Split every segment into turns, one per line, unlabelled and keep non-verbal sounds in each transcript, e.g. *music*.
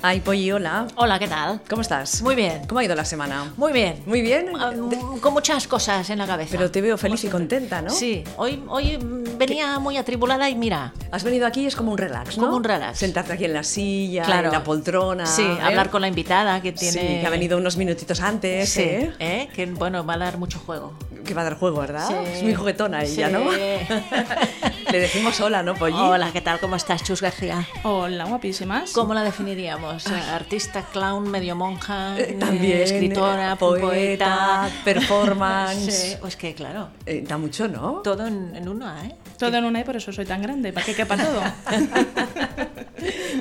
Ay, Polly, hola.
Hola, ¿qué tal?
¿Cómo estás?
Muy bien.
¿Cómo ha ido la semana?
Muy bien.
Muy bien.
Ah,
De-
mm, Con muchas cosas en la cabeza.
Pero te veo feliz y
Como siempre.
contenta, ¿no?
Sí, hoy, hoy mm, venía muy atribulada y mira,
Has venido aquí y es como un relax, ¿no?
Como un relax.
Sentarte aquí en la silla,
Claro.
en la poltrona.
sí,
¿eh?
hablar con la invitada que
Sí,
tiene...
que ha venido unos minutitos antes,
Sí,
¿eh?
¿eh? que bueno, va a dar mucho juego.
Que va a dar juego, ¿verdad?
Sí.
Es muy juguetona ella,
Sí.
¿no? *laughs* Le decimos hola, ¿no, Polly?
Hola, ¿qué tal? ¿Cómo estás, Chus García?
Hola, guapísimas.
¿Cómo la definiríamos? Eh, Artista, clown, medio monja,
Eh,
eh,
También.
escritora,
eh, poeta,
poeta.
performance.
*laughs* Sí, pues que claro,
Eh, da mucho, ¿no?
todo en, en uno, ¿eh?
Todo en una y por eso soy tan grande, para que quepa todo.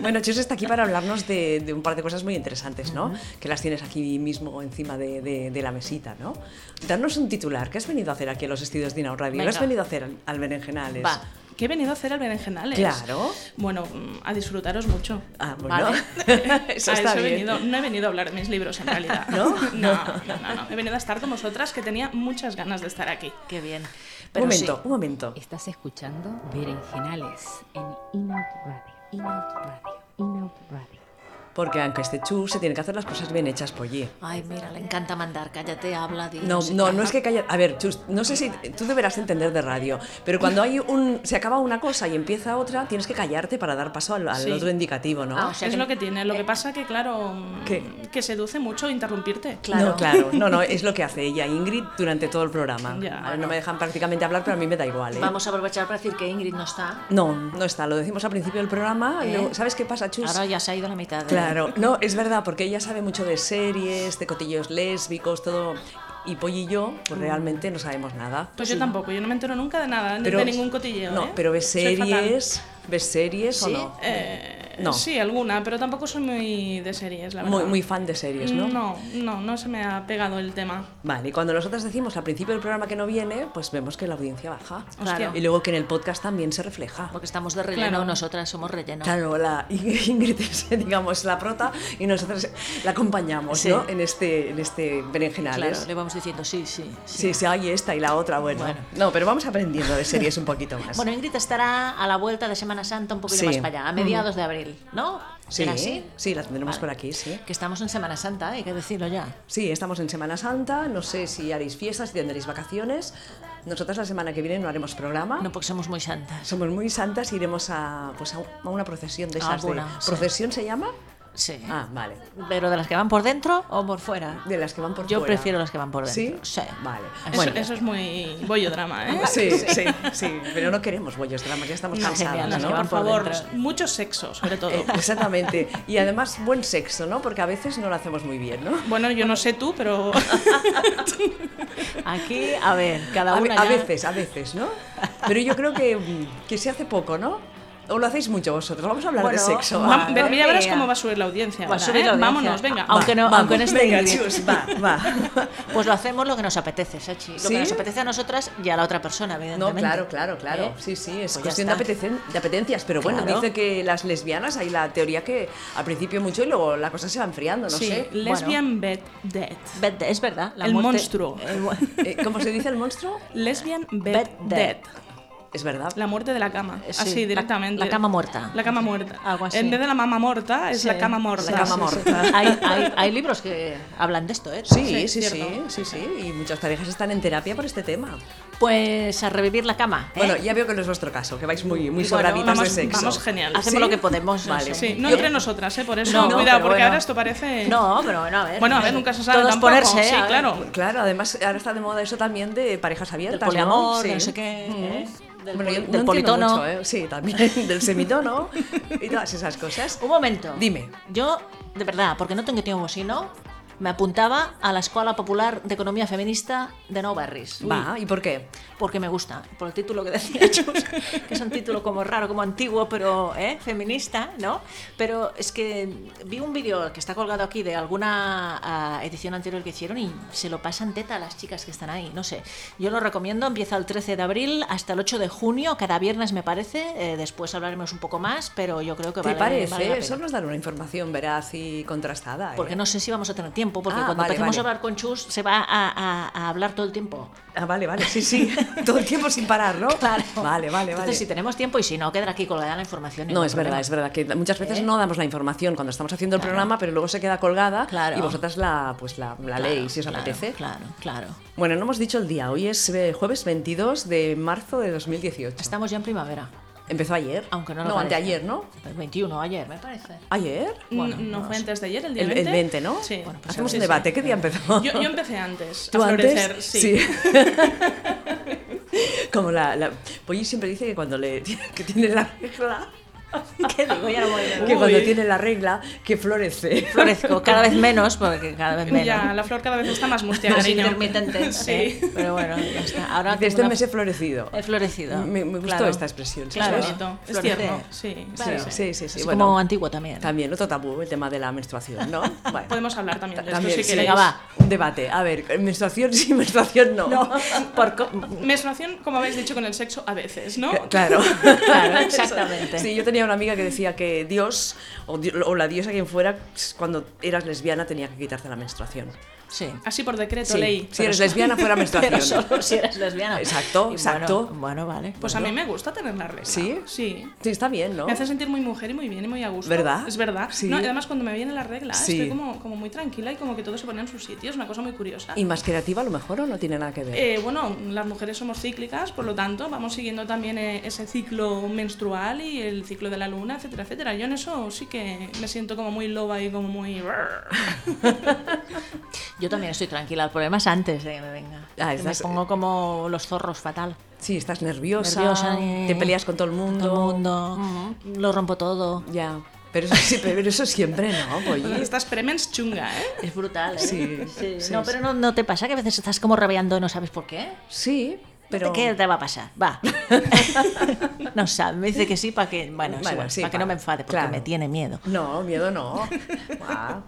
Bueno, Chus está aquí para hablarnos de, de un par de cosas muy interesantes, ¿no? Que las tienes aquí mismo encima de, de- de la mesita, ¿no? Darnos un titular. ¿Qué has venido a hacer aquí en los estudios de Inau Radio? ¿Qué has
Venga.
venido a hacer al, al Berenjenales?
Va,
¿Qué he venido a hacer al Berenjenales?
Claro.
Bueno, mm, a disfrutaros mucho. *laughs*
Ah, bueno.
Vale. *laughs*
Eso *laughs*
A
está
eso he
bien.
venido. No he venido a hablar de mis libros en realidad.
¿No? *laughs*
No, no, no, no. He venido a estar con vosotras que tenía muchas ganas de estar aquí.
qué bien.
Un
Pero sí,
momento, un momento.
Estás escuchando Berenjenales en Inout Radio. Inout Radio. Inout Radio.
Porque aunque esté Chus, se tienen que hacer las cosas bien hechas, Polly.
Ay, mira, le encanta mandar, cállate, habla, di,
No,
Ah, sé
no,
qué.
no es que callar. A ver, Chus, no sé si tú deberás entender de radio, pero cuando hay un, se acaba una cosa y empieza otra, tienes que callarte para dar paso al, al
Sí.
otro indicativo, ¿no?
Ah, o sea
es
que-
lo que tiene. Lo que pasa que, claro, mm,
eh, ¿Qué?
que seduce mucho interrumpirte.
Claro.
No, claro, no, no, es lo que hace ella, Ingrid, durante todo el programa.
Ya.
Ahora no me dejan prácticamente hablar, pero a mí me da igual, ¿eh?
Vamos a aprovechar para decir que Ingrid no está.
No, no está, lo decimos al principio del programa. y
¿Eh?
luego- ¿Sabes qué pasa, Chus?
Ahora ya se ha ido la mitad.
Pues
de-
Claro, no, es verdad, porque ella sabe mucho de series, de cotillos lésbicos, todo. Y Polly y yo, pues realmente no sabemos nada.
Pues yo tampoco, yo Mm. no me entero nunca de nada, ni de ningún cotilleo.
No,
¿eh?
pero ves
Soy fatal.
series, ves series o
¿Sí?
no.
Eh,
No.
Sí, alguna, pero tampoco soy muy de series, la verdad.
Muy, muy fan de series, ¿no?
No, no, no se me ha pegado el tema.
Vale, y cuando nosotras decimos al principio del programa que no viene, pues vemos que la audiencia baja.
Claro.
Y luego que en el podcast también se refleja.
Porque estamos de relleno,
Claro.
nosotras somos relleno.
Claro, la *laughs* Ingrid es, digamos, la prota y nosotros la acompañamos,
Sí.
¿no? En este, en este berenjenales.
Claro, le vamos diciendo sí, sí, sí.
Sí, sí, hay esta y la otra, bueno.
Bueno.
No, pero vamos aprendiendo de series un poquito más.
Bueno, Ingrid estará a la vuelta de Semana Santa un poquito
Sí. Mm.
más para allá, a mediados de abril, ¿no?
sí,
¿Será así?
sí, la tendremos
Vale.
por aquí, sí.
Que estamos en Semana Santa, hay que decirlo ya.
Sí, estamos en Semana Santa, no sé si haréis fiestas, si tendréis vacaciones. Nosotras la semana que viene no haremos programa.
No porque somos muy santas.
Somos muy santas y iremos a, pues a a una procesión de
A
esas. de-
alguna, sí.
¿Procesión se llama?
Sí.
Ah, vale.
Pero de las que van por dentro o por fuera.
De las que van por
Yo
fuera.
prefiero las que van por
¿Sí?
dentro. Sí.
Vale.
Eso,
Bueno.
eso es muy bollodrama,
*laughs*
¿eh?
Sí, sí, sí, pero no queremos bollos dramas, ya estamos
Ah, No, genial,
cansadas,
las
¿no?
que
por
van por
favor,
dentro.
mucho sexo, *laughs* sobre todo.
Eh, exactamente. Y además buen sexo, ¿no? Porque a veces no lo hacemos muy bien, ¿no?
Bueno, yo no sé tú,
*laughs*
pero
Aquí, a ver, cada
A, ve-
una
a
ya-
veces, a veces, ¿no? Pero yo creo que, mm, que se hace poco, ¿no? O lo hacéis mucho vosotros. Vamos a hablar
Bueno,
de sexo. Ah,
va-
va.
Vam- ve- mira, verás
Vea.
cómo *laughs* va a subir la audiencia.
Va a
ahora,
subir
¿eh?
la audiencia.
Vámonos, venga.
Aunque no-
vamos,
aunque no esté
venga,
Ingrid.
chus, va, va.
*laughs* Pues lo hacemos lo que nos apetece, Sachi. Lo
¿Sí?
que nos apetece a nosotras y a la otra persona,
No,
evidentemente.
claro, claro, claro.
¿Eh?
Sí, sí, es
Pues ya
cuestión de,
está.
apetecen- de apetencias. Pero bueno,
Claro.
dice que las lesbianas hay la teoría que al principio mucho y luego la cosa se va enfriando, no
sí,
sé.
lesbian bed dead.
Ved- Es verdad. La
El
muerte-
monstruo.
el mu- *laughs*
Eh, ¿Cómo se dice el monstruo?
Lesbian
Bed
bed,
dead. Eh,
dead.
Es verdad.
La muerte de la cama,
Sí,
así
la-
directamente.
la cama muerta.
La cama muerta.
Algo así.
En vez de la mama morta, es
Sí.
la cama morta.
La cama
Sí, sí.
morta.
hay, hay- hay libros que hablan de esto, ¿eh?
Sí, sí,
Sí,
sí, sí,
cierto.
sí, Y muchas parejas están en terapia por este tema.
Pues a revivir la cama. ¿eh?
Bueno, ya veo que no es vuestro caso, que vais muy, muy
Bueno,
sobraditas
vamos-
de sexo.
vamos genial.
Hacemos lo que podemos, no
Vale.
sé.
Sí, no
Yo-
entre nosotras, ¿eh? por eso.
No, no,
Cuidado,
pero
porque
bueno.
ahora esto parece.
No, pero bueno, a ver.
Bueno, a ver, nunca se sabe
Todos
tampoco.
ponerse,
sí,
a ver.
claro.
Claro, además ahora está de moda eso también de parejas
Del
abiertas,
poliamor,
¿no? Sí.
de no sé qué.
Mm.
¿eh? Del,
Bueno, yo
poli-
no
del
entiendo
politono.
mucho, ¿eh? Sí, también *laughs* del semitono y todas esas cosas.
Un momento.
Dime.
Yo, de verdad, porque no tengo tiempo, si no, me apuntaba a la Escuela Popular de Economía Feminista de Nou Barris.
Va, ¿y por qué?
Porque me gusta, por el título que decía *laughs* Chus, que es un título como raro, como antiguo, pero ¿eh? feminista, ¿no? Pero es que vi un vídeo que está colgado aquí de alguna ah, edición anterior que hicieron y se lo pasan teta a las chicas que están ahí, no sé. Yo lo recomiendo, empieza el 13 de abril hasta el 8 de junio, cada viernes me parece, eh, después hablaremos un poco más, pero yo creo que
¿Te
vale,
parece?
vale la pena.
Eso nos dará una información veraz y contrastada. ¿eh?
Porque no sé si vamos a tener tiempo, porque
Ah,
cuando
vale,
empecemos
vale.
a hablar con Chus se va a, a- a hablar todo el tiempo.
Ah, vale, vale, sí, sí.
*laughs*
Todo el tiempo sin parar, ¿no?
Claro.
Vale, vale,
Entonces,
vale.
si tenemos tiempo y si no, quedará aquí colgada la información.
No,
ningún
es verdad,
problema.
es verdad que muchas veces
¿Eh?
no damos la información cuando estamos haciendo el
Claro.
programa, pero luego se queda colgada
Claro.
y vosotras la, pues la, la
Claro,
leéis si os
claro,
apetece.
Claro, claro.
Bueno, no hemos dicho el día, hoy es eh, jueves 22 de marzo de 2018.
Estamos ya en primavera,
Empezó ayer.
aunque no lo
No,
parezca.
anteayer, ¿no?
El 21 ayer,
*laughs*
me parece.
¿Ayer?
Bueno,
no,
no
fue
sé.
antes de ayer, el día
El-
20.
el 20, ¿no?
Sí.
Bueno, pues
Hacemos
sí,
un
sí.
debate, ¿qué día empezó?
Yo, yo empecé antes.
¿Tú
a
antes?
florecer, sí.
*laughs*
Como la, la... Polly siempre dice que cuando le *laughs* que tiene la regla,
¿Qué digo? Ya no voy a
que
Uy.
cuando tiene la regla que florece.
Florezco cada vez menos, porque cada vez menos.
*laughs* Ya, la flor cada vez está más mustia,
Los
cariño. *laughs*
intermitentes,
Sí.
¿eh? Pero bueno, ya está. Ahora
Dice,
tengo
este
una-
mes he florecido.
He florecido.
Me- me gustó
Ah, Claro.
esta expresión, sí,
Claro.
Es bonito, es
Florecer.
tierno. Sí,
Claro.
Sí, sí, sí, sí,
Así
bueno.
como antiguo también.
También otro tabú, el tema de la menstruación,
*laughs*
¿no? Bueno.
Podemos hablar también de esto
También,
si
sí.
queréis.
Venga, va.
Un debate. A ver, menstruación sí, *laughs* menstruación no.
No, por co-
Menstruación, como habéis dicho, con el sexo a veces, ¿no?
C- Claro.
*laughs* Claro, exactamente.
Sí, yo tenía una amiga que decía que Dios, o, di- o la diosa quien fuera, cuando eras lesbiana tenía que quitarte la menstruación.
Sí.
Así por decreto,
Sí,
ley.
si eres lesbiana fuera
*laughs* Pero
menstruación.
solo si eres lesbiana.
Exacto,
Y bueno,
exacto.
Bueno, vale.
Pues a mí me gusta tener la regla.
¿Sí?
Sí.
Sí, está bien, ¿no?
Me hace sentir muy mujer y muy bien y muy a gusto.
¿Verdad?
Es verdad.
Sí.
No, y además, cuando me viene la regla,
Sí.
estoy como, como muy tranquila y como que todo se pone en su sitio. Es una cosa muy curiosa.
Y más creativa a lo mejor o no tiene nada que ver.
Eh, bueno, las mujeres somos cíclicas, por lo tanto, vamos siguiendo también eh, ese ciclo menstrual y el ciclo de la luna, etcétera, etcétera. Yo en eso sí que me siento como muy loba y como muy. *laughs*
Pues Yo también estoy tranquila. El problema es antes de que me venga.
Ah,
Que
estás-
Me pongo como los zorros fatal.
sí, estás nerviosa,
nerviosa, eh,
te peleas con todo el mundo.
Todo el mundo. Lo rompo todo.
Ya. Pero eso, sí, pero eso siempre no, Polly.
*laughs*
Estás premens chunga, ¿eh?
Es brutal, ¿eh?
Sí, sí,
no,
sí.
pero no, no te pasa que a veces estás como rabiando y no sabes por qué.
Sí, pero...
¿Qué te va a pasar?
*laughs*
Va. no sabe, me dice que sí para que, bueno,
Bueno, sí,
para que
va.
no me enfade, porque
Claro.
me tiene miedo.
No, miedo
*laughs*
no. Buah.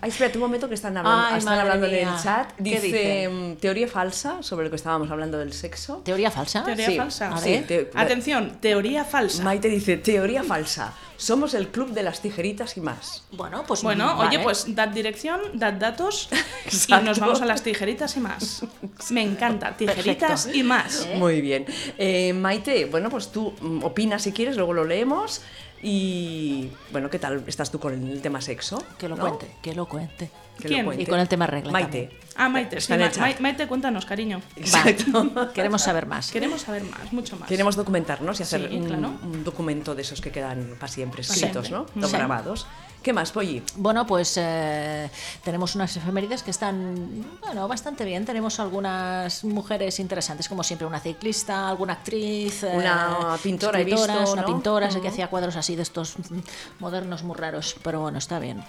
Ay, espérate un momento que están hablando,
Ay,
están
madre
hablando en
mía.
el chat.
¿Qué
Dice,
dice?
mm, teoría falsa sobre lo que estábamos hablando del sexo.
¿Teoría falsa?
Teoría
Sí,
falsa.
Ah, a ver.
te-
Atención, teoría falsa.
Maite dice, teoría falsa. Somos el club de las tijeritas y más.
Bueno, pues
Bueno,
vale.
oye, pues dad dirección,
*laughs*
dad datos y
Exacto.
nos vamos a las tijeritas y más. Me encanta, tijeritas
Perfecto.
y más.
Muy bien. Eh, Maite, bueno, pues tú mm, opinas si quieres, luego lo leemos. Y bueno, ¿qué tal estás tú con el tema sexo?
Que lo
¿No?
cuente, que lo cuente.
Que lo
¿Quién?
cuente.
Y con el tema regla
Maite. *laughs*
también.
Ah, Maite, sí,
Está en el
Ma-
chat.
Ma- Maite, cuéntanos, cariño.
Exacto.
Va, Queremos saber más.
Queremos saber más, mucho más.
Queremos documentarnos y hacer
Sí,
un,
claro.
un documento de esos que quedan para siempre
Pa'
escritos,
siempre.
¿no?
Sí.
Grabados. ¿Qué más, Polly?
Bueno, pues eh, tenemos unas efemérides que están bueno, bastante bien. Tenemos algunas mujeres interesantes, como siempre, una ciclista, alguna actriz, eh,
Una pintora he
escritora,
visto,
una
¿no?
pintora, sé que hacía cuadros así de estos mm, modernos muy raros, pero bueno, está bien.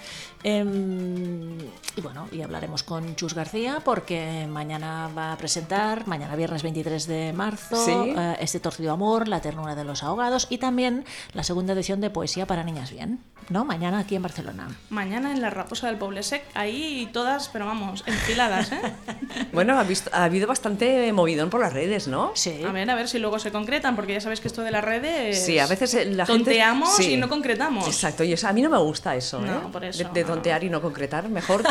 Em, y bueno, y hablaremos con Chus García porque mañana va a presentar, mañana viernes 23 de marzo,
Sí.
eh, este torcido amor, la ternura de los ahogados y también la segunda edición de poesía para niñas bien, ¿no? Mañana aquí en Barcelona.
Mañana en la Raposa del Poblesec, ahí todas, pero vamos,
*laughs*
enfiladas, ¿eh?
Bueno, ha, visto- ha habido bastante movidón por las redes, ¿no?
Sí.
A ver, a ver si luego se concretan, porque ya sabéis que esto de las redes...
Sí, a veces eh, la gente...
Tonteamos
Sí.
y no concretamos.
Exacto, y eso, a mí no me gusta eso,
No,
¿eh?
por eso,
de, de
no.
tontear y no concretar, mejor...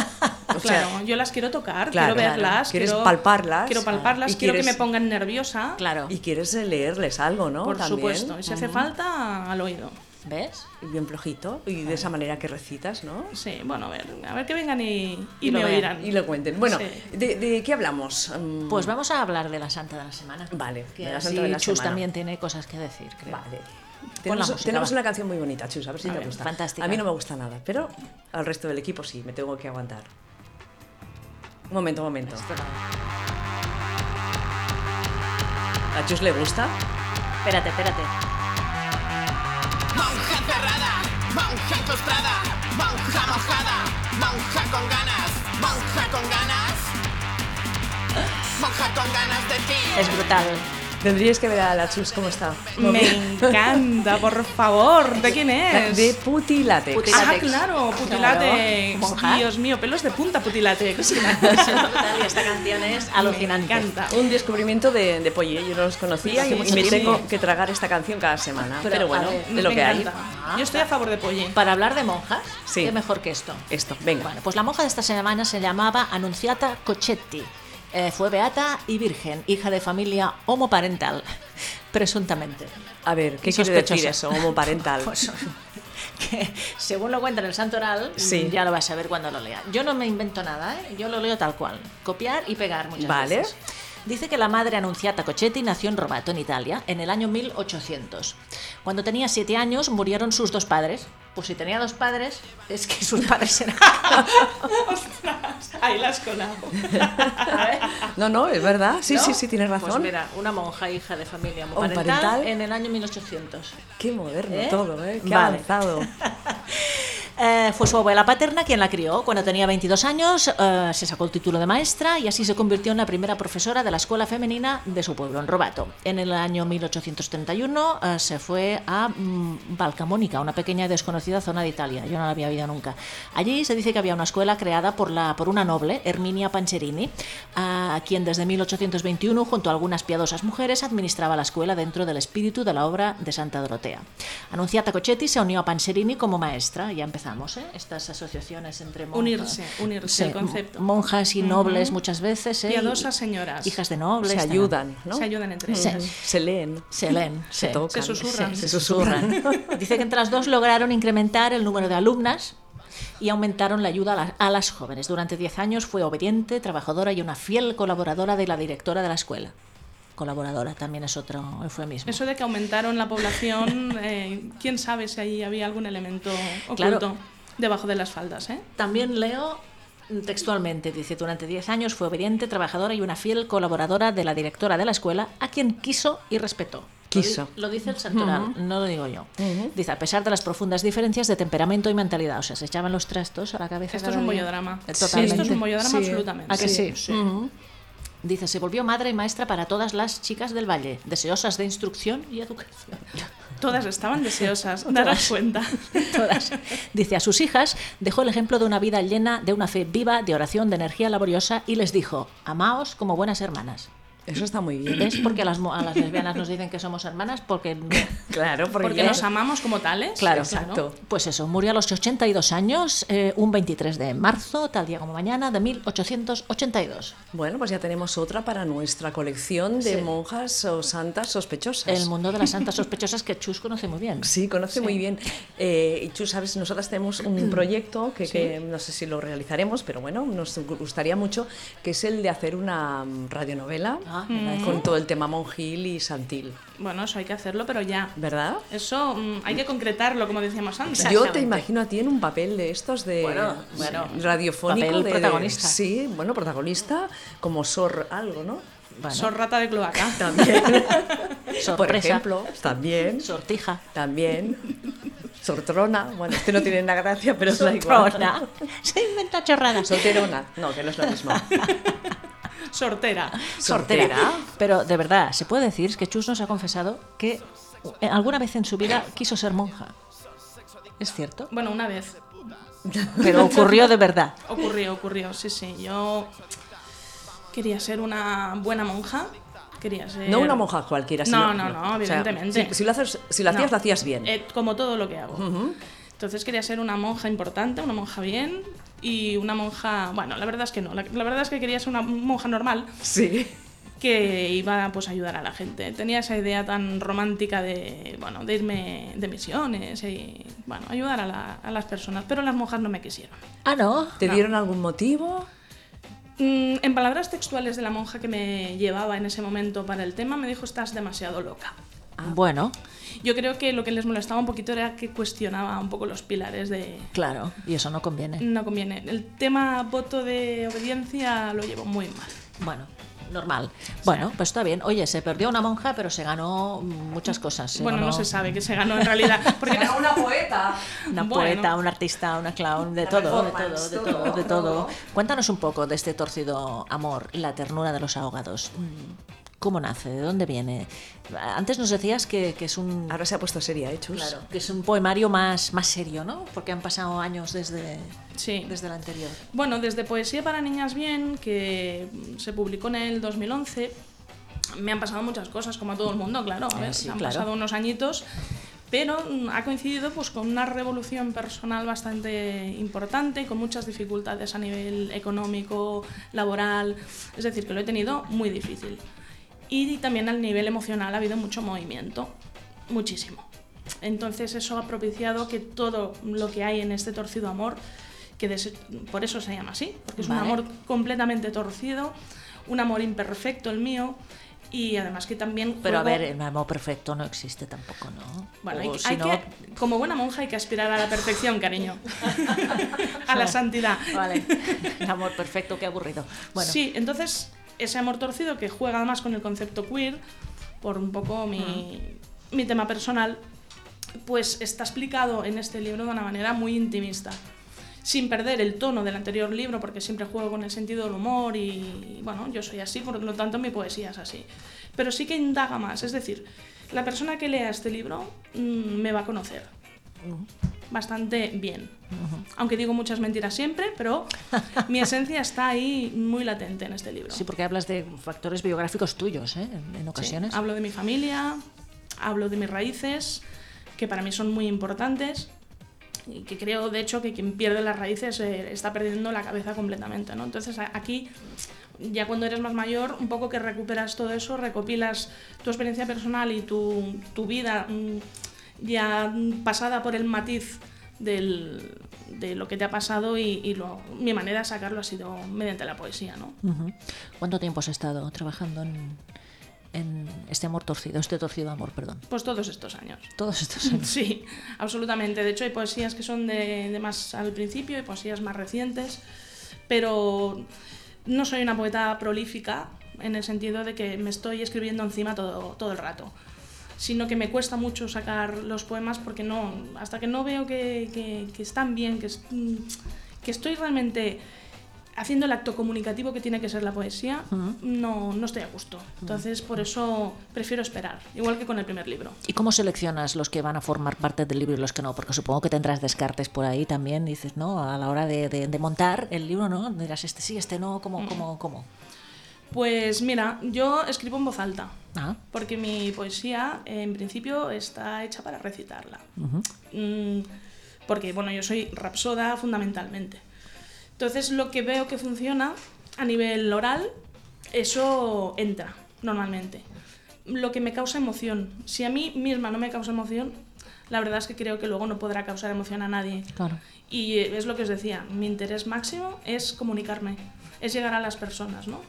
o sea,
Claro, yo las quiero tocar,
Claro,
quiero
claro.
verlas,
Quieres
quiero
palparlas. Ah,
quiero palparlas,
Y
quiero
quieres-
que me pongan nerviosa,
Claro.
Y quieres eh, leerles algo, ¿no?
por
También.
supuesto, y si hace falta al oído.
¿Ves?
Y bien flojito, y de esa manera que recitas, ¿no?
Sí, bueno, a ver, a ver que vengan y, y
Y lo
me
vean,
oirán.
Y lo cuenten. Bueno,
Sí.
¿de, de qué hablamos? Mm,
Pues vamos a hablar de la Santa de la Semana.
Vale,
Que
de la
así
Santa de la
Chus
Semana.
también tiene cosas que decir, creo.
Vale.
Pon la
Tenemos,
música,
tenemos
va.
una canción muy bonita, Chus, a ver si
A
te
ver,
gusta.
fantástica.
A mí no me gusta nada, pero al resto del equipo sí, me tengo que aguantar. Un momento, un momento. ¿A Chus le gusta?
Espérate, espérate.
Monja cerrada, monja tostrada, monja mojada, monja con ganas, monja con ganas, monja con ganas de ti.
Es brutal.
Tendríais que ver a la Chus cómo está.
Me encanta, por favor. ¿De quién
*laughs*
es?
De putilatex.
Puti-
Ah,
Putilatex.
claro,
Claro,
Putilatex.
monja.
Dios mío, pelos de punta Putilatex.
Total, y esta canción es alucinante.
Me encanta.
Un descubrimiento de, de Polly, ¿eh? yo no los conocía y,
Sí,
y
sí,
me
sí.
tengo que tragar esta canción cada semana. Pero,
Pero, a
bueno,
ver,
de lo
Me
que hay.
encanta. Yo estoy a favor de Polly.
Para hablar de monjas,
Sí.
qué mejor que esto.
Esto, venga.
Bueno, pues la monja de esta semana se llamaba Annunziata Cochetti. Eh, fue beata y virgen, hija de familia homoparental, presuntamente.
A ver, ¿qué quiere
Sospechosa.
decir eso? Homo parental.
*laughs* Pues, que según lo cuenta en el santo oral, mm,
Sí.
ya lo vas a ver cuando lo lea. Yo no me invento nada, ¿eh? yo lo leo tal cual. Copiar y pegar muchas
Vale.
veces. Dice que la madre Annunziata Cochetti nació en Robato, en Italia, en el año 1800. Cuando tenía siete años murieron sus dos padres. Pues si tenía dos padres, es que sus
*laughs*
padres eran...
Ostras, ahí las colabo.
no, no, es verdad. Sí,
¿no?
sí, sí, tienes
Pues
razón.
mira, una monja hija de familia
Homoparental.
homoparental en el año 1800.
Qué moderno
¿Eh?
todo, ¿eh? Qué
Vale. *laughs*
avanzado.
Eh, fue su abuela paterna quien la crió. Cuando tenía 22 años eh, se sacó el título de maestra y así se convirtió en la primera profesora de la escuela femenina de su pueblo, en Robato. En el año 1831 eh, se fue a mm, Valcamónica, una pequeña y desconocida zona de Italia. Yo no la había habido nunca. Allí se dice que había una escuela creada por, la, por una noble, Herminia Pancherini, a quien desde 1821, junto a algunas piadosas mujeres, administraba la escuela dentro del espíritu de la obra de Santa Dorotea. Annunziata Cochetti se unió a Panserini como maestra. Ya empezamos, ¿eh? Estas asociaciones entre monjas.
Unirse, unirse, el concepto.
Monjas y nobles muchas veces, ¿eh?
Piadosas señoras.
Hijas de nobles.
Se
tal.
ayudan, ¿no?
Se ayudan entre
Sí.
ellas.
Se leen.
Se leen, se,
tocan.
Se susurran.
Se susurran.
*laughs* Dice que entre las dos lograron incrementar el número de alumnas y aumentaron la ayuda a las, a las jóvenes. Durante 10 años fue obediente, trabajadora y una fiel colaboradora de la directora de la escuela. Colaboradora también es otro eufemismo.
Eso de que aumentaron la población, eh, quién sabe si ahí había algún elemento oculto
Claro.
debajo de las faldas, ¿eh?
También leo textualmente, dice, durante 10 años fue obediente, trabajadora y una fiel colaboradora de la directora de la escuela, a quien quiso y respetó. Lo di-
Quiso.
Lo, dice el santoral, no lo digo yo. Dice, a pesar de las profundas diferencias de temperamento y mentalidad, o sea, se echaban los trastos a la cabeza.
Esto es
cada
un
día.
bollodrama.
Eh,
Sí.
Totalmente.
Esto es un bollodrama
Sí.
absolutamente.
¿A que sí?
Mm.
Ujú. Dice, se volvió madre y maestra para todas las chicas del valle, deseosas de instrucción y educación. *laughs*
Todas estaban deseosas, daros cuenta.
Todas. Dice a sus hijas, dejó el ejemplo de una vida llena de una fe viva, de oración, de energía laboriosa y les dijo, amaos como buenas hermanas.
*laughs* Eso está muy bien.
¿Ves? Porque a las, mo- a las lesbianas nos dicen que somos hermanas porque... no.
Claro, porque,
Porque nos amamos como tales.
Claro, exacto.
Pues eso, murió a los 82 años, eh, un 23 de marzo, tal día como mañana, de 1882.
Bueno, pues ya tenemos otra para nuestra colección de
Sí.
monjas o santas sospechosas.
El mundo de las santas sospechosas que Chus conoce muy bien.
Sí, conoce muy bien. Eh, y tú sabes, nosotras tenemos
*clears throat*
un proyecto que, que no sé si lo realizaremos, pero bueno, nos gustaría mucho, que es el de hacer una mm, radionovela
Ah, me parece
con todo el tema monjil y santil,
Bueno, eso hay que hacerlo, pero ya.
¿verdad?
Eso mm, hay que concretarlo, como decíamos antes.
Yo te imagino a ti en un papel de estos de
Bueno,
sí,
bueno,
radiofónico,
papel
de- de-
protagonista.
sí, bueno, protagonista como sor algo, ¿no?
Bueno,
Sor rata de cloaca. *laughs*
*laughs*
*laughs*
También, por
Ah. sorpresa,
ejemplo, también,
sortija. *laughs*
también, sortrona. Bueno, este no tiene nada gracia, pero es da igual.
Sortrona. *laughs* Se inventa chorradas.
Solterona, no, que no es lo
*laughs*
mismo.
Sortera.
Sortera.
Pero de verdad, se puede decir que Chus nos ha confesado que eh, alguna vez en su vida quiso ser monja. Es cierto,
Bueno, una vez.
pero ocurrió de verdad.
Ocurrió, ocurrió, sí, sí. Yo quería ser una buena monja. Quería ser...
No una monja cualquiera.
No,
sino-
no, no,
o sea,
evidentemente.
si, si lo haces- si lo hacías,
No.
lo hacías bien.
Eh, como todo lo que hago. Entonces quería ser una monja importante, una monja bien y una monja... Bueno, la verdad es que no. La, la verdad es que quería ser una monja normal
Sí.
que iba pues a ayudar a la gente. Tenía esa idea tan romántica de, bueno, de irme de misiones y, bueno, ayudar a, la- a las personas. Pero las monjas no me quisieron.
Ah, no.
¿Te dieron algún motivo?
Mm, en palabras textuales de la monja que me llevaba en ese momento para el tema, me dijo, estás demasiado loca.
Ah, Bueno,
Yo creo que lo que les molestaba un poquito era que cuestionaba un poco los pilares de,
claro, y eso no conviene.
No conviene. El tema voto de obediencia lo llevo muy mal.
Bueno, normal. Bueno, pues está bien. Oye, se perdió una monja, pero se ganó muchas cosas. Se
bueno, no
ganó
se sabe que se ganó en realidad.
*laughs*
Porque
una poeta.
Una
Bueno.
poeta, una artista, una clown, de
Una
todo, de todo,
performance,
de
todo,
todo, de
todo.
todo. Cuéntanos un poco de este torcido amor, la ternura de los ahogados. Mm, cómo nace, de dónde viene. Antes nos decías que, que es un
Ahora se ha puesto seria, ¿eh, Chus?
claro, que es un poemario más, más serio, ¿no? Porque han pasado años desde,
Sí.
desde el anterior.
Bueno, desde Poesía para Niñas Bien, que se publicó en el 2011, me han pasado muchas cosas, como a todo el mundo, claro. A
Eh,
ver,
sí,
han
claro.
pasado unos añitos, pero mm, ha coincidido pues, con una revolución personal bastante importante, con muchas dificultades a nivel económico, laboral. Es decir, que lo he tenido muy difícil. Y también al nivel emocional ha habido mucho movimiento, muchísimo. Entonces eso ha propiciado que todo lo que hay en este torcido amor, que de ese- por eso se llama así, porque es un
Vale.
amor completamente torcido, un amor imperfecto el mío, y además que también...
Pero a
juego-
ver, el amor perfecto no existe tampoco, ¿no?
bueno, hay,
O
hay
si no-
*laughs* que, como buena monja hay que aspirar a la perfección,
*laughs*
cariño, a la santidad.
Vale, el amor perfecto, qué aburrido. Bueno,
Sí, entonces ese amor torcido que juega además con el concepto queer, por un poco mi, mi tema personal, pues está explicado en este libro de una manera muy intimista. Sin perder el tono del anterior libro, porque siempre juego con el sentido del humor y, bueno, yo soy así, por lo tanto mi poesía es así. Pero sí que indaga más, es decir, la persona que lea este libro mm, me va a conocer bastante bien. Aunque digo muchas mentiras siempre, pero mi esencia está ahí muy latente en este libro.
sí, porque hablas de factores biográficos tuyos, ¿eh? En- En ocasiones.
Sí, Hablo de mi familia, hablo de mis raíces, que para mí son muy importantes. Y que creo, de hecho, que quien pierde las raíces eh, está perdiendo la cabeza completamente, ¿no? Entonces a- aquí, ya cuando eres más mayor, un poco que recuperas todo eso, recopilas tu experiencia personal y tu, tu vida mm, ya mm, pasada por el matiz del- de lo que te ha pasado y, y lo- mi manera de sacarlo ha sido mediante la poesía, ¿no?
Ujú. ¿Cuánto tiempo has estado trabajando en, en este amor torcido, este torcido amor, perdón?
Pues todos estos años.
Todos
*laughs*
estos años.
Sí, absolutamente. De hecho, hay poesías que son de, de más al principio y poesías más recientes, pero no soy una poeta prolífica en el sentido de que me estoy escribiendo encima todo, todo el rato, sino que me cuesta mucho sacar los poemas porque no, hasta que no veo que, que- que están bien, que, es- que estoy realmente haciendo el acto comunicativo que tiene que ser la poesía, no, no estoy a gusto. Entonces, por eso prefiero esperar, igual que con el primer libro.
¿Y cómo seleccionas los que van a formar parte del libro y los que no? Porque supongo que tendrás descartes por ahí también, dices, ¿no? A la hora de, de- de montar el libro, ¿no? Dirás, este sí, este no,
Mm.
¿cómo, cómo, cómo?
Pues mira, yo escribo en voz alta,
Ah,
porque mi poesía en principio está hecha para recitarla. Mm, porque bueno, yo soy rapsoda fundamentalmente. Entonces lo que veo que funciona a nivel oral, eso entra normalmente. Lo que me causa emoción, si a mí misma no me causa emoción, la verdad es que creo que luego no podrá causar emoción a nadie.
claro.
Y eh, es lo que os decía, mi interés máximo es comunicarme, es llegar a las personas, ¿no?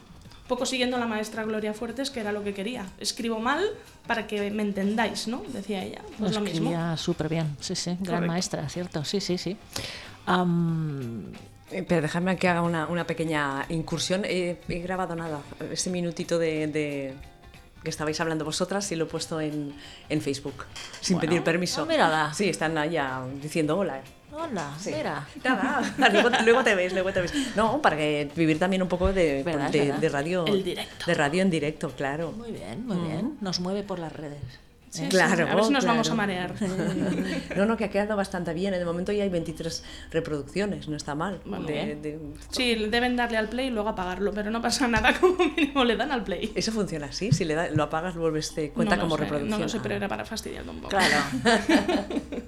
Poco siguiendo a la maestra Gloria Fuertes, que era lo que quería. Escribo mal para que me entendáis, ¿no? Decía ella. Pues
lo
lo mismo.
escribía súper bien, sí, sí, gran
Correcto.
maestra, cierto, sí, sí, sí. Am,
Eh, Pero dejadme que haga una, una pequeña incursión. Eh, he grabado nada, ese minutito de, de- que estabais hablando vosotras y lo he puesto en, en Facebook, sin pedir permiso.
Ah, mírala.
Sí, están allá diciendo hola.
hola,
Sí.
mira.
Nada, *laughs* luego, luego te ves, luego te ves. No, para que vivir también un poco de,
Verdad,
de-
verdad.
de radio.
El directo.
De radio en directo, claro.
Muy bien,
Mm.
muy bien. Nos mueve por las redes.
Sí, sí,
Claro,
sí, a ver si nos
claro.
vamos a
*laughs*
marear.
*laughs* No, no, que ha quedado bastante bien. De momento ya hay 23 reproducciones, no está mal.
Bueno,
De-
bien.
de-
Sí, deben darle al play y luego apagarlo, pero no pasa nada, *laughs* como mínimo le dan al play.
eso funciona así, si le da- lo apagas, vuelves, te cuenta
No lo
como
sé,
reproducción. Ah.
No lo sé, pero era para fastidiarlo un poco.
*laughs*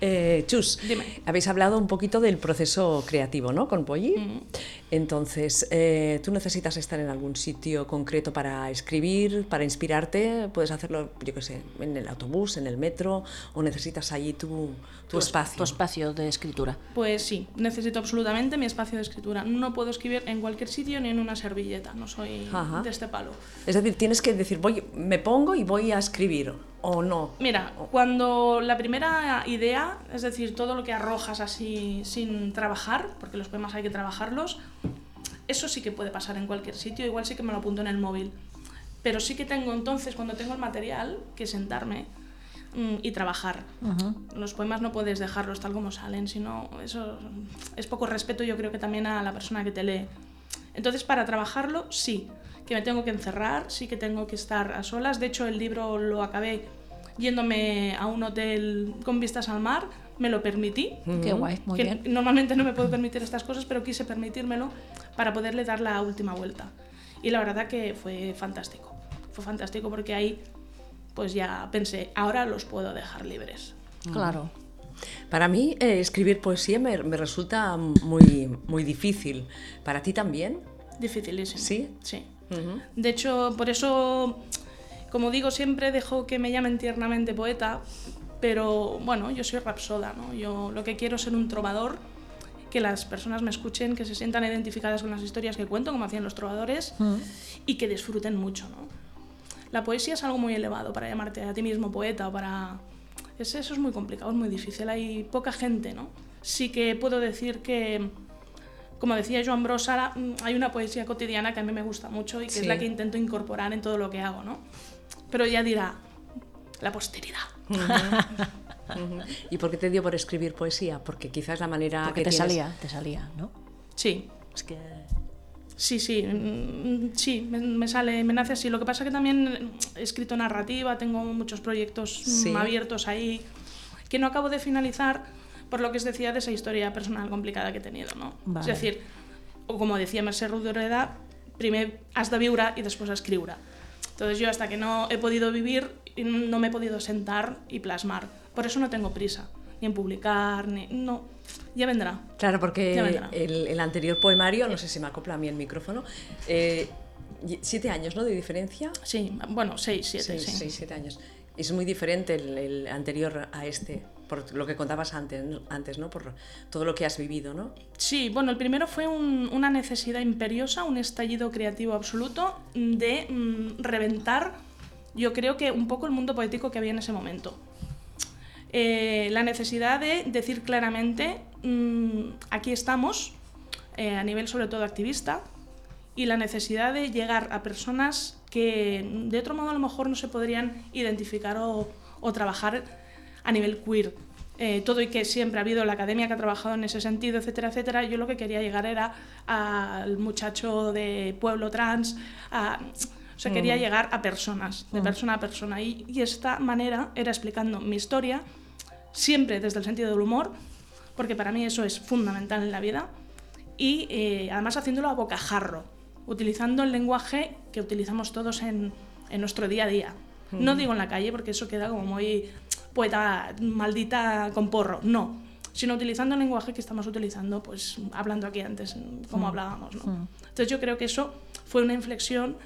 Eh, Chus,
Dime.
habéis hablado un poquito del proceso creativo, ¿no? Con Polly. Entonces, eh, ¿tú necesitas estar en algún sitio concreto para escribir, para inspirarte? Puedes hacerlo, yo qué sé, en el autobús, en el metro, o necesitas allí tu, tu espacio.
Tu espacio de escritura.
Pues sí, necesito absolutamente mi espacio de escritura. No puedo escribir en cualquier sitio ni en una servilleta, no soy
Ajá.
de este palo.
es decir, tienes que decir, voy, me pongo y voy a escribir, o no.
Mira, cuando la primera idea, es decir, todo lo que arrojas así sin trabajar, porque los poemas hay que trabajarlos, eso sí que puede pasar en cualquier sitio, igual sí que me lo apunto en el móvil. Pero sí que tengo entonces, cuando tengo el material, que sentarme mm, y trabajar. Los poemas no puedes dejarlos tal como salen, sino eso es poco respeto yo creo que también a la persona que te lee. Entonces, para trabajarlo, sí, que me tengo que encerrar, sí que tengo que estar a solas. De hecho, el libro lo acabé yéndome a un hotel con vistas al mar, me lo permití,
Qué guay, muy
que
bien.
Normalmente no me puedo permitir estas cosas, pero quise permitírmelo para poderle dar la última vuelta. Y la verdad que fue fantástico. Fue fantástico porque ahí pues ya pensé, ahora los puedo dejar libres.
Claro.
Para mí eh, escribir poesía me, me resulta muy, muy difícil. ¿Para ti también?
Dificilísimo.
¿Sí?
Sí.
Ujú.
De hecho, por eso, como digo, siempre dejo que me llamen tiernamente poeta, pero bueno, yo soy rapsoda, ¿no? Yo lo que quiero es ser un trovador, que las personas me escuchen, que se sientan identificadas con las historias que cuento, como hacían los trovadores, y que disfruten mucho, ¿no? La poesía es algo muy elevado para llamarte a ti mismo poeta o para... es- Eso es muy complicado, es muy difícil, hay poca gente, ¿no? Sí que puedo decir que, como decía Joan Brosa, hay una poesía cotidiana que a mí me gusta mucho y que
Sí.
es la que intento incorporar en todo lo que hago, ¿no? Pero ya dirá, la posteridad.
¿Y por qué te dio por escribir poesía? Porque quizás la
Ah,
manera
Porque te
que tienes-
salía, te salía, ¿no?
Sí,
Es que
Sí, sí, mm, sí, me, me sale, me nace así. Lo que pasa que también he escrito narrativa, tengo muchos proyectos mm,
Sí.
abiertos ahí que no acabo de finalizar por lo que os decía de esa historia personal complicada que he tenido, ¿no?
Vale.
Es decir, o como decía Mercè Rodoreda, primer has de viure y después has criura. Entonces yo hasta que no he podido vivir, no me he podido sentar y plasmar. Por eso no tengo prisa, ni en publicar, ni... No, ya vendrá.
Claro,
Ya
porque
vendrá.
el, el anterior poemario, no sé si me acopla a mí el micrófono, eh, y- siete años, ¿no? De diferencia.
Sí, bueno, seis, siete,
Seis,
sí.
seis, siete años. Es muy diferente el, el anterior a este, por lo que contabas antes, ¿no? antes, ¿no? Por todo lo que has vivido, ¿no?
Sí, bueno, el primero fue un- una necesidad imperiosa, un estallido creativo absoluto de mm, reventar, yo creo que un poco el mundo poético que había en ese momento. Eh, la necesidad de decir claramente, mm, aquí estamos, eh, a nivel sobre todo activista, y la necesidad de llegar a personas que mm, de otro modo a lo mejor no se podrían identificar o, o trabajar a nivel queer. Eh, todo y que siempre ha habido la academia que ha trabajado en ese sentido, etcétera, etcétera, yo lo que quería llegar era al muchacho de pueblo trans, a- o sea, quería llegar a personas, de persona a persona. Y, y esta manera era explicando mi historia, siempre desde el sentido del humor, porque para mí eso es fundamental en la vida, y eh, además haciéndolo a bocajarro, utilizando el lenguaje que utilizamos todos en, en nuestro día a día. No digo en la calle porque eso queda como muy poeta maldita con porro, no, sino utilizando el lenguaje que estamos utilizando, pues hablando aquí antes, como hablábamos. ¿no? Entonces yo creo que eso fue una inflexión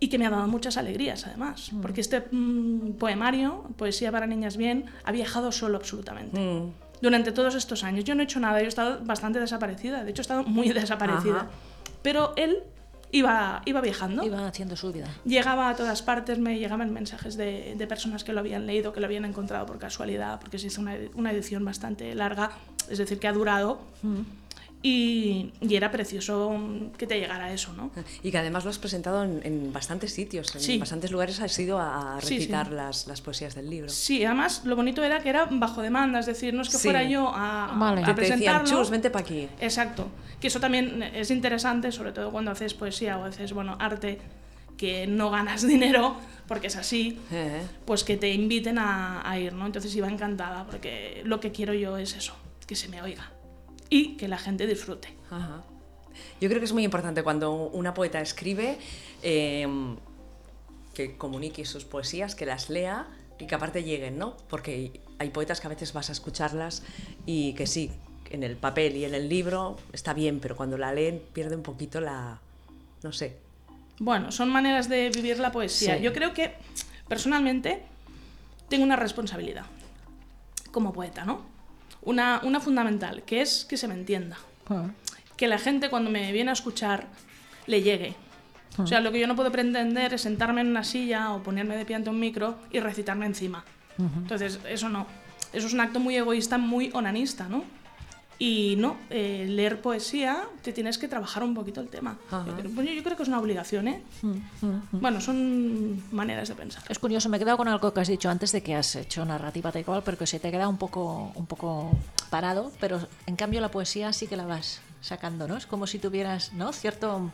y que me ha dado muchas alegrías además, porque este mm, poemario, Poesía para Niñas Bien, ha viajado solo absolutamente.
Mm.
Durante todos estos años yo no he hecho nada, yo he estado bastante desaparecida, de hecho he estado muy desaparecida,
Ajá.
pero él iba, iba viajando.
iba haciendo su vida.
Llegaba a todas partes, me llegaban mensajes de, de personas que lo habían leído, que lo habían encontrado por casualidad, porque se hizo una, una edición bastante larga, es decir, que ha durado. Y, y era precioso mm, que te llegara eso, ¿no?
Y que además lo has presentado en, en bastantes sitios, en
Sí.
bastantes lugares has ido a, a
Sí, sí.
recitar Las, las poesías del libro.
Sí, además lo bonito era que era bajo demanda, es decir, no es que
Sí.
fuera yo a,
Vale.
a
Que
te decían,
presentarlo.
chus, vente para aquí.
Exacto, que eso también es interesante, sobre todo cuando haces poesía o haces, bueno, arte que no ganas *laughs* dinero, porque es así,
Eh,
pues que te inviten a, a ir, ¿no? Entonces iba encantada, porque lo que quiero yo es eso, que se me oiga y que la gente disfrute.
ajá. Yo creo que es muy importante cuando una poeta escribe eh, que comunique sus poesías, que las lea y que aparte lleguen, ¿no? Porque hay poetas que a veces vas a escucharlas y que sí, en el papel y en el libro está bien, pero cuando la leen pierde un poquito la... no sé.
Bueno, son maneras de vivir la poesía.
Sí.
Yo creo que, personalmente, tengo una responsabilidad como poeta, ¿no? Una, una fundamental, que es que se me entienda.
Ah.
Que la gente cuando me viene a escuchar le llegue. O sea, lo que yo no puedo pretender es sentarme en una silla o ponerme de pie ante un micro y recitarme encima. Entonces, eso no. Eso es un acto muy egoísta, muy onanista, ¿no? Y no, eh, leer poesía te tienes que trabajar un poquito el tema.
Ajá.
Yo creo, bueno, yo creo que es una obligación, ¿eh? Bueno, son maneras de pensar.
Es curioso, me he quedado con algo que has dicho antes de que has hecho narrativa tal cual, pero que se te queda un poco, un poco parado, pero en cambio la poesía sí que la vas,
sacando, ¿no? Es como si tuvieras, ¿no? Cierto,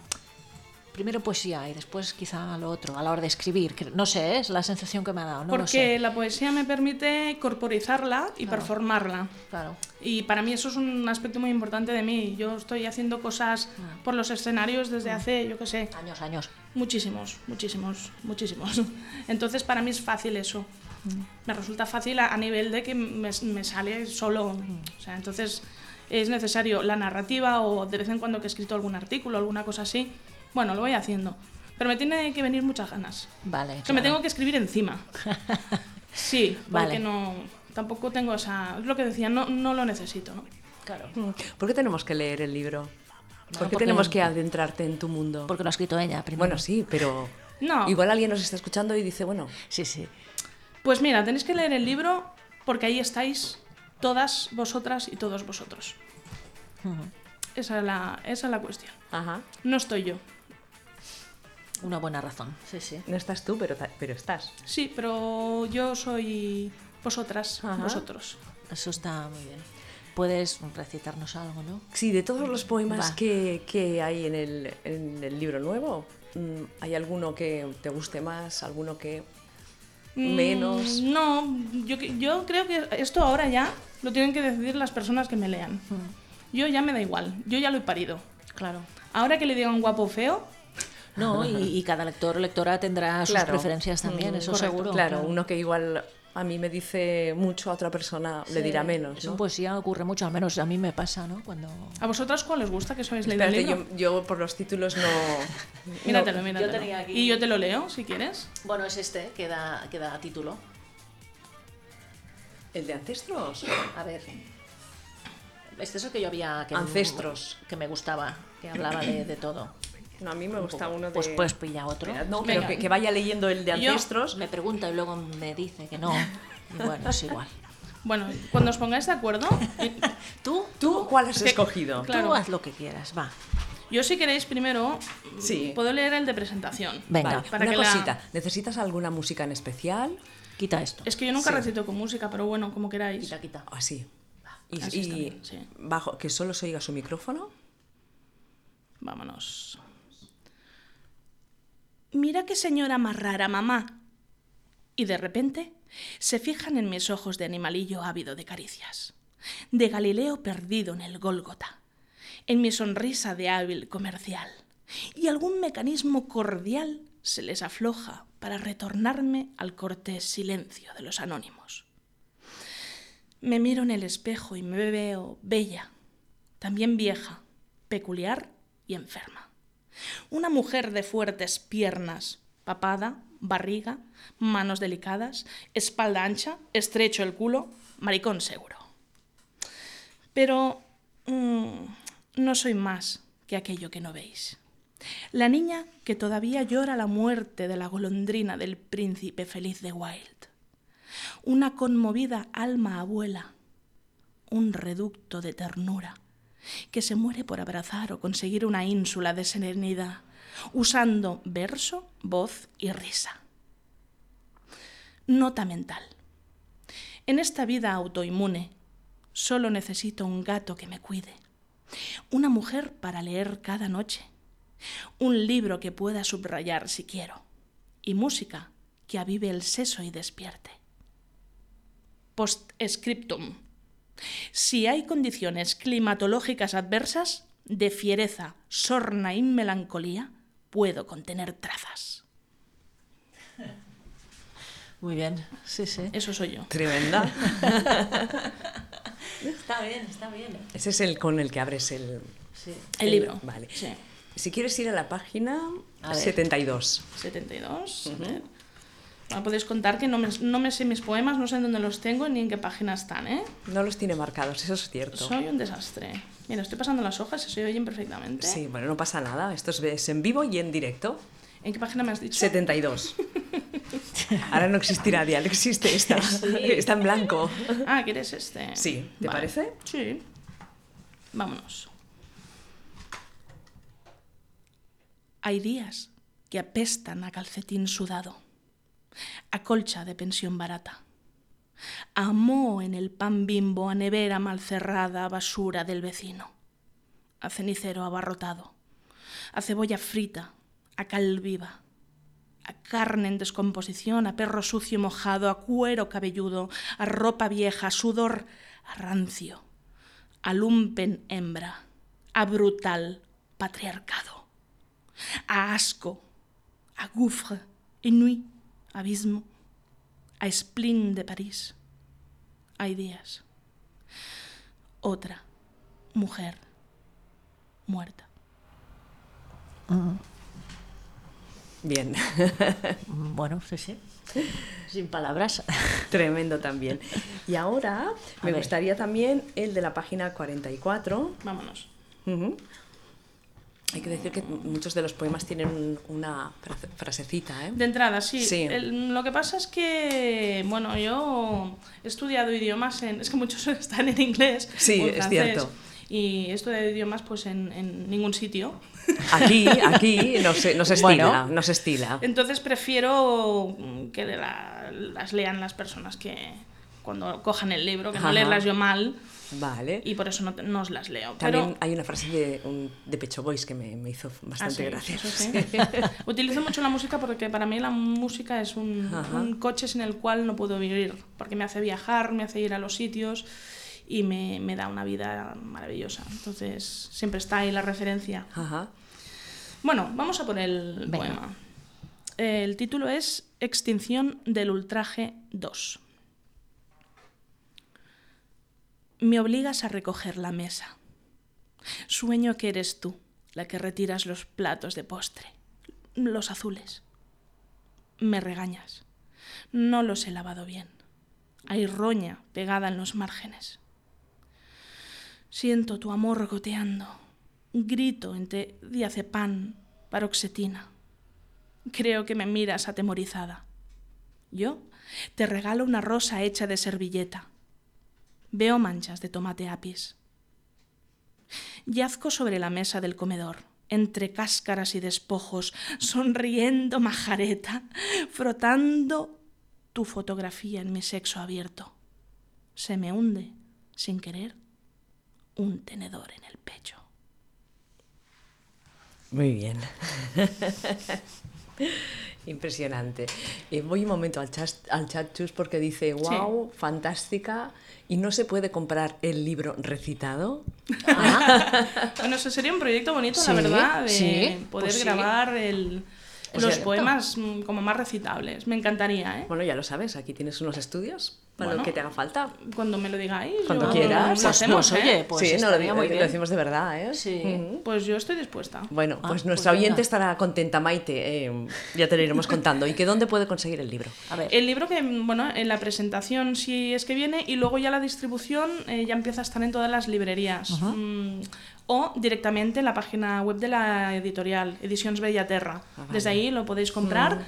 primero poesía y después quizá lo otro, a la hora de escribir. que No sé, ¿eh? es la sensación que me ha dado, no lo
Porque
sé.
la poesía me permite corporizarla y performarla.
Claro.
Y para mí eso es un aspecto muy importante de mí. Yo estoy haciendo cosas
Ah.
por los escenarios desde hace, yo qué sé,
Años, años.
muchísimos, muchísimos, muchísimos. *laughs* Entonces para mí es fácil eso.
Mm.
Me resulta fácil a, a nivel de que me, me sale solo.
Mm.
O sea, entonces es necesario la narrativa o de vez en cuando que he escrito algún artículo, alguna cosa así. Bueno, lo voy haciendo. Pero me tiene que venir muchas ganas.
Vale.
Que me
claro.
tengo que
*laughs*
escribir encima. Sí, porque
Vale.
no. Tampoco tengo esa. Es lo que decía, no, no lo necesito, ¿no?
Claro.
¿Por qué tenemos que leer el libro? ¿Por qué
porque-
tenemos que adentrarte en tu mundo?
Porque lo ha escrito ella primero.
Bueno, sí, pero
No.
igual alguien nos está escuchando y dice, bueno,
Sí, sí.
Pues mira, tenéis que leer el libro porque ahí estáis todas vosotras y todos vosotros. Esa es la, esa es la cuestión.
ajá,
No estoy yo.
Una buena razón. Sí, sí.
no estás tú, pero, ta- pero estás.
Sí, pero yo soy vosotras,
Ajá.
vosotros.
Eso está muy bien. Puedes recitarnos algo, ¿no?
Sí, de todos los poemas
Va.
que, que hay en el, en el libro nuevo, mm, ¿hay alguno que te guste más? ¿Alguno que menos?
Mm, No, yo, que- yo creo que esto ahora ya lo tienen que decidir las personas que me lean. Yo ya me da igual, yo ya lo he parido.
Claro.
Ahora que le digan guapo o feo,
No, y, y cada lector o lectora tendrá sus
Claro.
preferencias también,
Mm,
eso
correcto.
seguro.
Claro, uno que igual a mí me dice mucho, a otra persona le dirá menos.
Eso
¿no?
en poesía ocurre mucho, al menos a mí me pasa, ¿no? Cuando...
¿a vosotras cuál os gusta que sois leído el
Espérate,
libro?
yo, yo por los títulos no... *laughs*
Míratelo, míratelo.
tenía aquí-
Y yo te lo leo, si quieres.
Bueno, es este, que da, que da título.
¿El de ancestros?
A ver. Este es el que yo había... Que
Ancestros.
Que me gustaba, que hablaba de, de todo.
No, a mí me gusta uno de...
Pues, pues pilla otro.
Espera, No,
Venga.
pero que, que vaya leyendo el de
Yo-
ancestros.
Me pregunta y luego me dice que no. Y bueno, es igual.
Bueno, cuando os pongáis
*laughs*
de acuerdo, eh,
*laughs* ¿Tú?
¿Tú cuál has escogido?
Claro.
Tú haz lo que quieras, va.
yo si queréis primero,
Sí.
puedo leer el de presentación.
Venga.
Vale, para
Una
que la-
cosita, ¿necesitas alguna música en especial?
Quita esto.
Es que yo nunca recito con música, pero bueno, como queráis.
Quita, quita.
Así. Y,
Así está
y
bien, sí.
bajo, que solo se oiga su micrófono.
Vámonos. Mira qué señora más rara, mamá. Y de repente se fijan en mis ojos de animalillo ávido de caricias, de Galileo perdido en el Gólgota, en mi sonrisa de hábil comercial, y algún mecanismo cordial se les afloja para retornarme al cortés silencio de los anónimos. Me miro en el espejo y me veo bella, también vieja, peculiar y enferma. Una mujer de fuertes piernas, papada, barriga, manos delicadas, espalda ancha, estrecho el culo, maricón seguro. Pero mm, no soy más que aquello que no veis. La niña que todavía llora la muerte de la golondrina del príncipe feliz de Wild. Una conmovida alma abuela, un reducto de ternura, que se muere por abrazar o conseguir una ínsula de serenidad, usando verso, voz y risa. Nota mental. En esta vida autoinmune, solo necesito un gato que me cuide, una mujer para leer cada noche, un libro que pueda subrayar si quiero, y música que avive el seso y despierte. Post scriptum. Si hay condiciones climatológicas adversas, de fiereza, sorna y melancolía, puedo contener trazas.
Muy bien, sí, sí.
Eso soy yo.
Tremenda.
Está bien, está
*laughs*
bien. eh.
Ese es el con el que abres el,
Sí.
El libro.
Vale.
Sí.
Si quieres ir a la página
A ver.
72.
72. a ver. Ahora Ah, podéis contar que no me, no me sé mis poemas, no sé en dónde los tengo ni en qué página están, ¿eh?
No los tiene marcados, eso es cierto.
Soy un desastre. Mira, estoy pasando las hojas y se oyen perfectamente.
Sí, bueno, no pasa nada. Esto es- es en vivo y en directo.
¿En qué página me has dicho?
72. Ahora no existirá dial, existe esta. Está en blanco.
Ah, que eres este.
Sí, ¿te parece?
Sí. Vámonos. Hay días que apestan a calcetín sudado, a colcha de pensión barata, a moho en el pan bimbo, a nevera mal cerrada, a basura del vecino, a cenicero abarrotado, a cebolla frita, a cal viva, a carne en descomposición, a perro sucio y mojado, a cuero cabelludo, a ropa vieja, a sudor, a rancio, a lumpen hembra, a brutal patriarcado, a asco, a gouffre, inui, abismo, a spleen de París. Hay días. Otra mujer muerta.
Bien, *laughs*
Bueno, sí, sí. Sin palabras.
tremendo también. Y ahora me
ver.
gustaría también el de la página 44.
Vámonos.
Ujú. Hay que decir que muchos de los poemas tienen un- una frase- frasecita, ¿eh?
De entrada, sí.
Sí.
El- lo que pasa es que, bueno, yo he estudiado idiomas en... Es que muchos *laughs* están en inglés.
Sí,
o en
es
francés,
cierto.
Y he estudiado idiomas pues en, en ningún
*laughs*
sitio.
Aquí, aquí no se, no se estila,
Bueno.
no se estila.
Entonces prefiero mm, que la- las lean las personas que cuando cojan el libro, que
Ajá.
no leerlas yo mal
Vale.
y por eso no, te- no os las leo.
También
Pero,
hay una frase de, un- de Pecho Boys que me, me hizo
Ah,
bastante
sí,
gracia.
eso sí. Utilizo mucho la música porque para mí la música es un,
Ajá.
un coche sin el cual no puedo vivir, porque me hace viajar, me hace ir a los sitios y me, me da una vida maravillosa. Entonces siempre está ahí la referencia.
*laughs* Ajá.
Bueno, vamos a por el poema. El título es Extinción del Ultraje 2. Me obligas a recoger la mesa. Sueño que eres tú la que retiras los platos de postre, los azules. Me regañas. No los he lavado bien. Hay roña pegada en los márgenes. Siento tu amor goteando. Grito entre diazepam, paroxetina. Creo que me miras atemorizada. Yo te regalo una rosa hecha de servilleta. Veo manchas de tomate apis. Yazco sobre la mesa del comedor, entre cáscaras y despojos, sonriendo majareta, frotando tu fotografía en mi sexo abierto. Se me hunde, sin querer, un tenedor en el pecho.
Muy bien. *laughs* Impresionante. Eh, voy un momento al chat, al chat Chus porque dice, wow, fantástica, y no se puede comprar el libro recitado.
Bueno, eso sería un proyecto bonito,
Sí,
la verdad, de
sí,
poder
pues sí.
grabar el-
Es
los
cierto.
poemas mm, como más recitables. Me encantaría, ¿eh?
Bueno, ya lo sabes, aquí tienes unos estudios para lo
Bueno.
que te haga falta.
Cuando me lo digáis.
Cuando
yo-
quieras.
Lo
Pues,
hacemos,
pues,
¿eh?
oye, pues
sí, no, lo,
estaría
digo,
muy
lo
bien.
decimos de verdad, ¿eh?
Sí.
Ujú.
Pues yo estoy dispuesta.
Bueno,
Ah,
pues
pues
nuestra
venga.
oyente estará contenta, Maite. eh, ya te lo iremos contando. ¿Y que dónde puede conseguir el libro?
A ver.
El libro que, mm, bueno, en la presentación sí es que viene y luego ya la distribución eh, ya empieza a estar en todas las librerías. Mm, o directamente en la página web de la editorial, Ediciones Bellaterra.
Ah,
Desde ahí lo podéis comprar.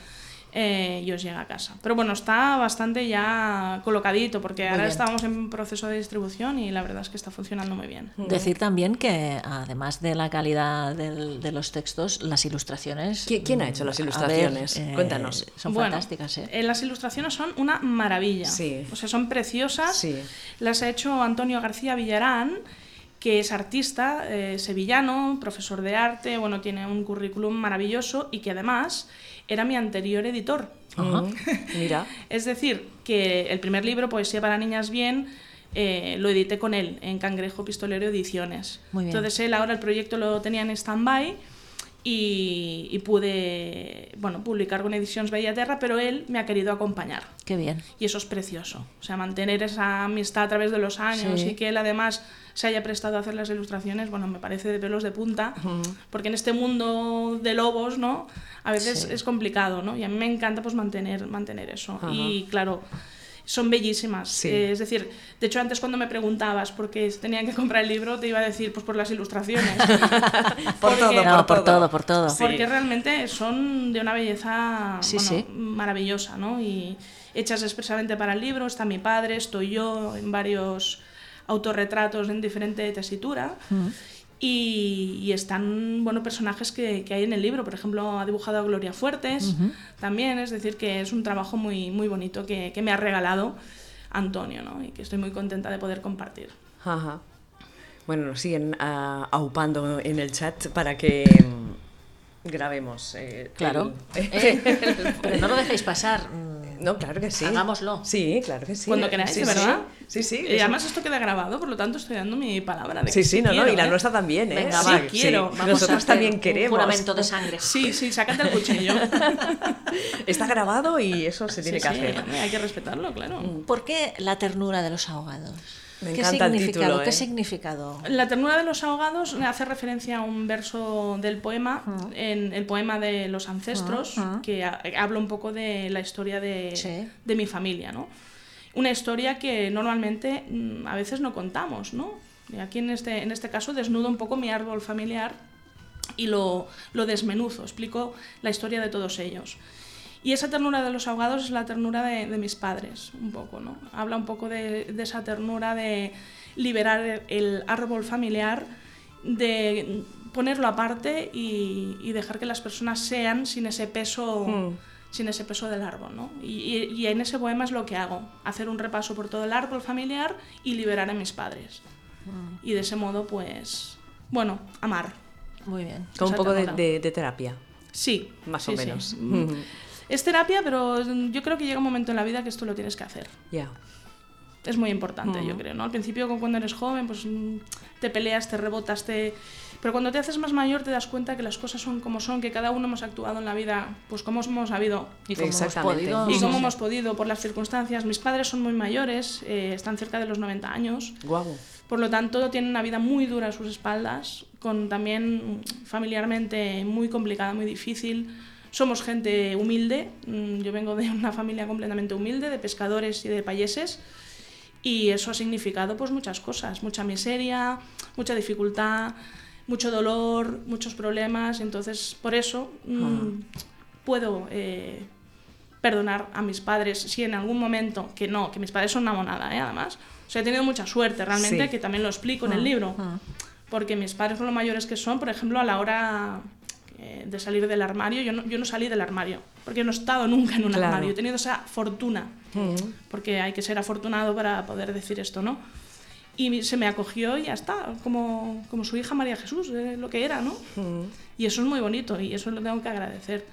eh, y os llega a casa. Pero bueno, está bastante ya colocadito porque ahora estábamos en proceso de distribución y la verdad es que está funcionando muy bien.
*laughs* Decir también que además de la calidad del- de los textos, las ilustraciones.
¿Qui- quién ha hecho las
A ver,
ilustraciones?
eh,
Cuéntanos.
Son
Bueno,
fantásticas, ¿eh?
eh, las ilustraciones son una maravilla.
Sí.
O sea, son preciosas.
Sí.
Las ha hecho Antonio García Villarán, que es artista eh, sevillano, profesor de arte, bueno, tiene un currículum maravilloso y que además era mi anterior editor.
Ujú. Mira.
Es decir, que el primer libro, Poesía para Niñas Bien, eh, lo edité con él en Cangrejo Pistolero Ediciones.
Muy bien.
Entonces él ahora el proyecto lo tenía en stand-by y, y pude bueno, publicar con Ediciones Bellaterra, pero él me ha querido acompañar.
Qué bien.
Y eso es precioso. O sea, mantener esa amistad a través de los años
Sí.
y que él además se haya prestado a hacer las ilustraciones, bueno, me parece de pelos de punta, porque en este mundo de lobos, ¿no? A veces es complicado, ¿no? Y a mí me encanta pues mantener, mantener eso. Y claro, son bellísimas.
Sí.
Eh, es decir, de hecho antes cuando me preguntabas por qué tenía que comprar el libro, te iba a decir pues por las ilustraciones. Porque-
No, *laughs* por todo, por todo.
porque realmente son de una belleza
Sí,
bueno,
sí.
maravillosa, ¿no? Y hechas expresamente para el libro, está mi padre, estoy yo en varios autorretratos en diferente tesitura.
Mm.
Y, y están bueno, personajes que, que hay en el libro. Por ejemplo, ha dibujado a Gloria Fuertes también. Es decir, que es un trabajo muy, muy bonito que, que me ha regalado Antonio ¿no? y que estoy muy contenta de poder compartir.
Ajá. Bueno, nos siguen ah, aupando en el chat para que mm, grabemos. eh, *laughs*
Claro.
el-
Eh, pero no lo dejéis pasar. mm,
No, claro que sí.
Hagámoslo.
Sí, claro que sí.
Cuando queráis,
sí,
¿verdad?
Sí, sí. sí,
Y
eso-
Eh, además esto queda grabado, por lo tanto estoy dando mi palabra de que
Sí, sí, no, no,
quiero,
y la
¿eh?
nuestra también, ¿eh?
Venga,
sí,
va,
sí.
quiero. Vamos
Vamos a
Nosotros
hacer
también
un
queremos.
juramento de sangre.
Sí, sí, sácate el *laughs* cuchillo.
Está grabado y eso se tiene
Sí, Mm.
que
sí,
hacer.
Hay que respetarlo, claro.
¿Por qué la ternura de los ahogados?
Me
¿Qué
encanta el
significado?
título,
¿Qué
¿eh?
significado?
La ternura de los ahogados hace referencia a un verso del poema, en el poema de los ancestros, que ha- habla un poco de la historia de,
Sí.
de mi familia, ¿no? Una historia que normalmente mm, a veces no contamos, ¿no? Y aquí en este, en este caso desnudo un poco mi árbol familiar y lo, lo desmenuzo, explico la historia de todos ellos. Y esa ternura de los ahogados es la ternura de, de mis padres, un poco, ¿no? Habla un poco de, de esa ternura de liberar el árbol familiar, de ponerlo aparte y, y dejar que las personas sean sin ese peso, sin ese peso del árbol, ¿no? Y, y- y en ese poema es lo que hago, hacer un repaso por todo el árbol familiar y liberar a mis padres. Y de ese modo, pues, bueno, amar.
Muy bien.
Con un poco de,
Exacto.
de- de terapia,
Sí.
más o
sí, sí.
menos. *laughs*
Mm. Es terapia, pero yo creo que llega un momento en la vida que esto lo tienes que hacer.
Ya.
Es muy importante,
Mm.
yo creo, ¿no? Al principio, con- cuando eres joven, pues mm, te peleas, te rebotas, te... Pero cuando te haces más mayor te das cuenta que las cosas son como son, que cada uno hemos actuado en la vida, pues como hemos sabido
¿Y cómo hemos
Exactamente.
podido?
y como hemos podido por las circunstancias. Mis padres son muy mayores, eh, están cerca de los 90 años.
Guau.
Por lo tanto, tienen una vida muy dura a sus espaldas, con también mm, familiarmente muy complicada, muy difícil. Somos gente humilde, mm, yo vengo de una familia completamente humilde, de pescadores y de payeses, y eso ha significado pues muchas cosas, mucha miseria, mucha dificultad, mucho dolor, muchos problemas, entonces por eso mm, puedo eh, perdonar a mis padres si en algún momento, que no, que mis padres son una monada, ¿eh? además. O sea, he tenido mucha suerte realmente,
Sí.
que también lo explico en el libro. Porque mis padres son los mayores que son, por ejemplo, a la hora eh, de salir del armario, yo no, yo no salí del armario, porque no he estado nunca en un
Claro.
armario, he tenido esa fortuna, porque hay que ser afortunado para poder decir esto, ¿no? Y mi- se me acogió y ya está, como, como su hija María Jesús, eh, lo que era, ¿no? Y eso es muy bonito y eso lo tengo que agradecer.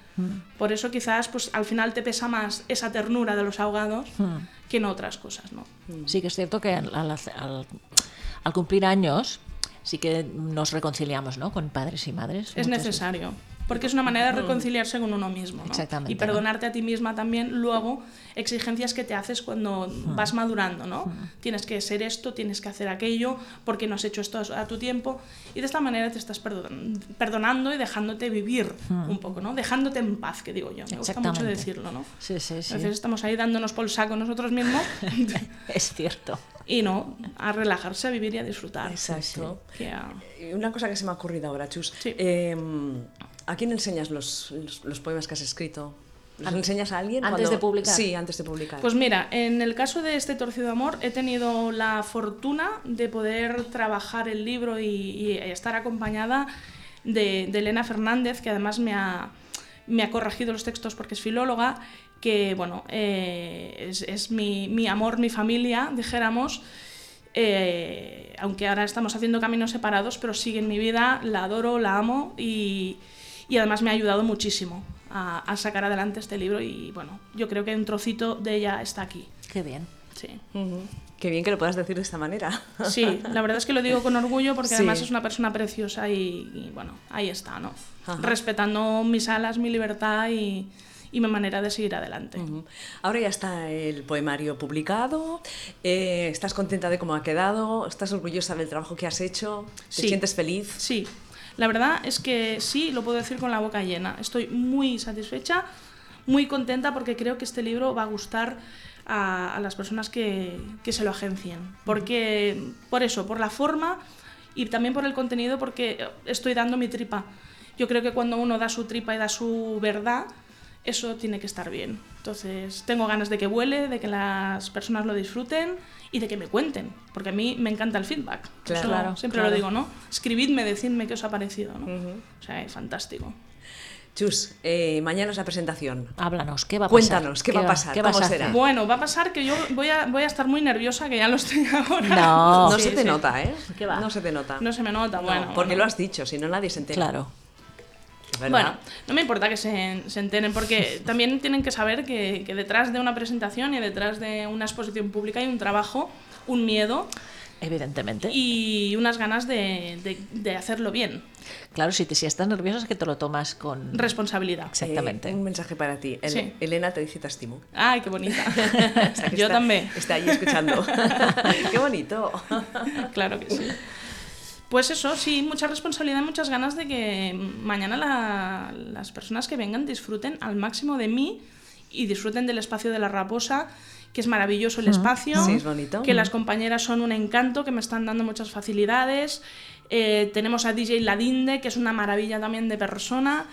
Por eso quizás pues al final te pesa más esa ternura de los ahogados que en otras cosas, ¿no?
Sí que es cierto que al, al hace- al- al cumplir años sí que nos reconciliamos, ¿no? Con padres y madres. muchas
Es
veces.
necesario, porque es una manera de reconciliarse con uno mismo, ¿no?
Exactamente,
Y perdonarte a ti misma también luego exigencias que te haces cuando vas madurando, ¿no? Tienes que ser esto, tienes que hacer aquello, porque no has hecho esto a tu tiempo y de esta manera te estás perdon- perdonando y dejándote vivir un poco, ¿no? Dejándote en paz, que digo yo. Me gusta mucho
Exactamente.
decirlo, ¿no?
Sí, sí, sí.
A veces estamos ahí dándonos por el saco
*laughs*
nosotros mismos
Es cierto.
y no, a relajarse, a vivir y a disfrutar.
Exacto.
Que a-
Una cosa que se me ha ocurrido ahora, Chus.
Sí.
Eh, ¿A quién enseñas los, los, los poemas que has escrito? ¿Los enseñas a alguien?
antes de publicar.
Sí, antes de publicar.
Pues mira, en el caso de este torcido amor he tenido la fortuna de poder trabajar el libro y, y estar acompañada de, de Elena Fernández, que además me ha, me ha corregido los textos porque es filóloga, que bueno, eh, es, es mi, mi amor, mi familia, dijéramos. Eh, aunque ahora estamos haciendo caminos separados, pero sigue en mi vida, la adoro, la amo y, y además me ha ayudado muchísimo a, a sacar adelante este libro y bueno, yo creo que un trocito de ella está aquí.
Qué bien.
Sí,
Ujú. Qué bien que lo puedas decir de esta *laughs* manera.
sí la verdad es que lo digo con orgullo porque
Sí.
además es una persona preciosa y, y, bueno, ahí está, ¿no?
Ajá.
Respetando mis alas, mi libertad y, y mi manera de seguir adelante.
Ahora ya está el poemario publicado. eh, ¿Estás contenta de cómo ha quedado? ¿Estás orgullosa del trabajo que has hecho? ¿Te
Sí.
sientes feliz?
Sí, la verdad es que sí, lo puedo decir con la boca llena. Estoy muy satisfecha, muy contenta porque creo que este libro va a gustar a, a las personas que, que se lo agencien. Porque, por eso, por la forma y también por el contenido, porque estoy dando mi tripa. Yo creo que cuando uno da su tripa y da su verdad, eso tiene que estar bien. Entonces, tengo ganas de que vuele, de que las personas lo disfruten y de que me cuenten, porque a mí me encanta el feedback.
Claro.
Eso
Claro,
siempre lo digo, ¿no? Escribidme, decidme qué os ha parecido, ¿no? O sea, es fantástico.
Chus, eh, mañana es la presentación.
Háblanos, ¿qué va a pasar?
Cuéntanos, ¿qué va a pasar?
¿Qué vas
¿Cómo
a
será?
hacer?
Bueno, va a pasar que yo voy a, voy a estar muy nerviosa, que ya lo estoy *laughs* ahora.
No.
no
sí,
se te
sí.
nota, ¿eh?
¿Qué va?
No se te nota.
No se me nota,
No,
bueno.
porque
bueno.
lo has dicho, si no nadie se entera.
Claro.
Es verdad. Eh,
Bueno, no me importa que se, se enteren, porque también tienen que saber que, que detrás de una presentación y detrás de una exposición pública hay un trabajo, un miedo
Evidentemente.
y unas ganas de, de- de hacerlo bien.
Claro, si, te, si estás nerviosa es que te lo tomas con...
Responsabilidad.
Eh,
Exactamente.
un mensaje para ti. El-
Sí.
Elena te dice te estimo.
Ay, qué bonita.
*laughs* O sea, que
*laughs* Yo
está-
también.
Está ahí
*laughs*
escuchando. Qué bonito.
Claro que sí. Pues eso, sí, mucha responsabilidad y muchas ganas de que mañana la- las personas que vengan disfruten al máximo de mí y disfruten del espacio de la raposa, que es maravilloso el espacio.
Sí, es bonito.
Que las compañeras son un encanto, que me están dando muchas facilidades. Eh, tenemos a DJ Ladinde, que es una maravilla también de persona,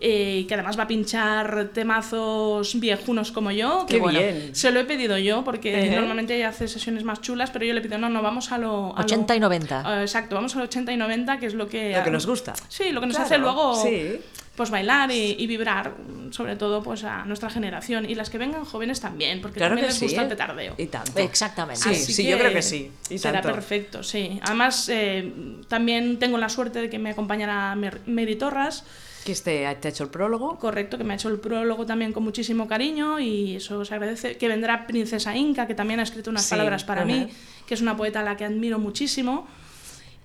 eh, que además va a pinchar temazos viejunos como yo. que
Qué
bueno,
bien.
Se lo he pedido yo, porque
Ejé.
normalmente ella hace sesiones más chulas, pero yo le pido, no, no, vamos a lo, a lo-
80 y 90.
Ah, Exacto, vamos al 80 y 90, que es lo que...
Lo que nos gusta.
Sí, lo que nos
Claro,
hace luego
sí.
pues bailar y, y vibrar, sobre todo pues a nuestra generación y las que vengan jóvenes también, porque
Claro
también
que
les
sí. ¿eh?
gusta el petardeo.
Y tanto.
Exactamente.
Sí,
Así
yo creo que sí. Y
será
tanto.
perfecto, sí. Además, eh, también tengo la suerte de que me acompañará Mer- Mary Torras,
Que este te ha hecho el prólogo.
correcto, que me ha hecho el prólogo también con muchísimo cariño y eso se agradece. Que vendrá Princesa Inca, que también ha escrito unas
Sí,
palabras para
ajá.
mí, que es una poeta a la que admiro muchísimo.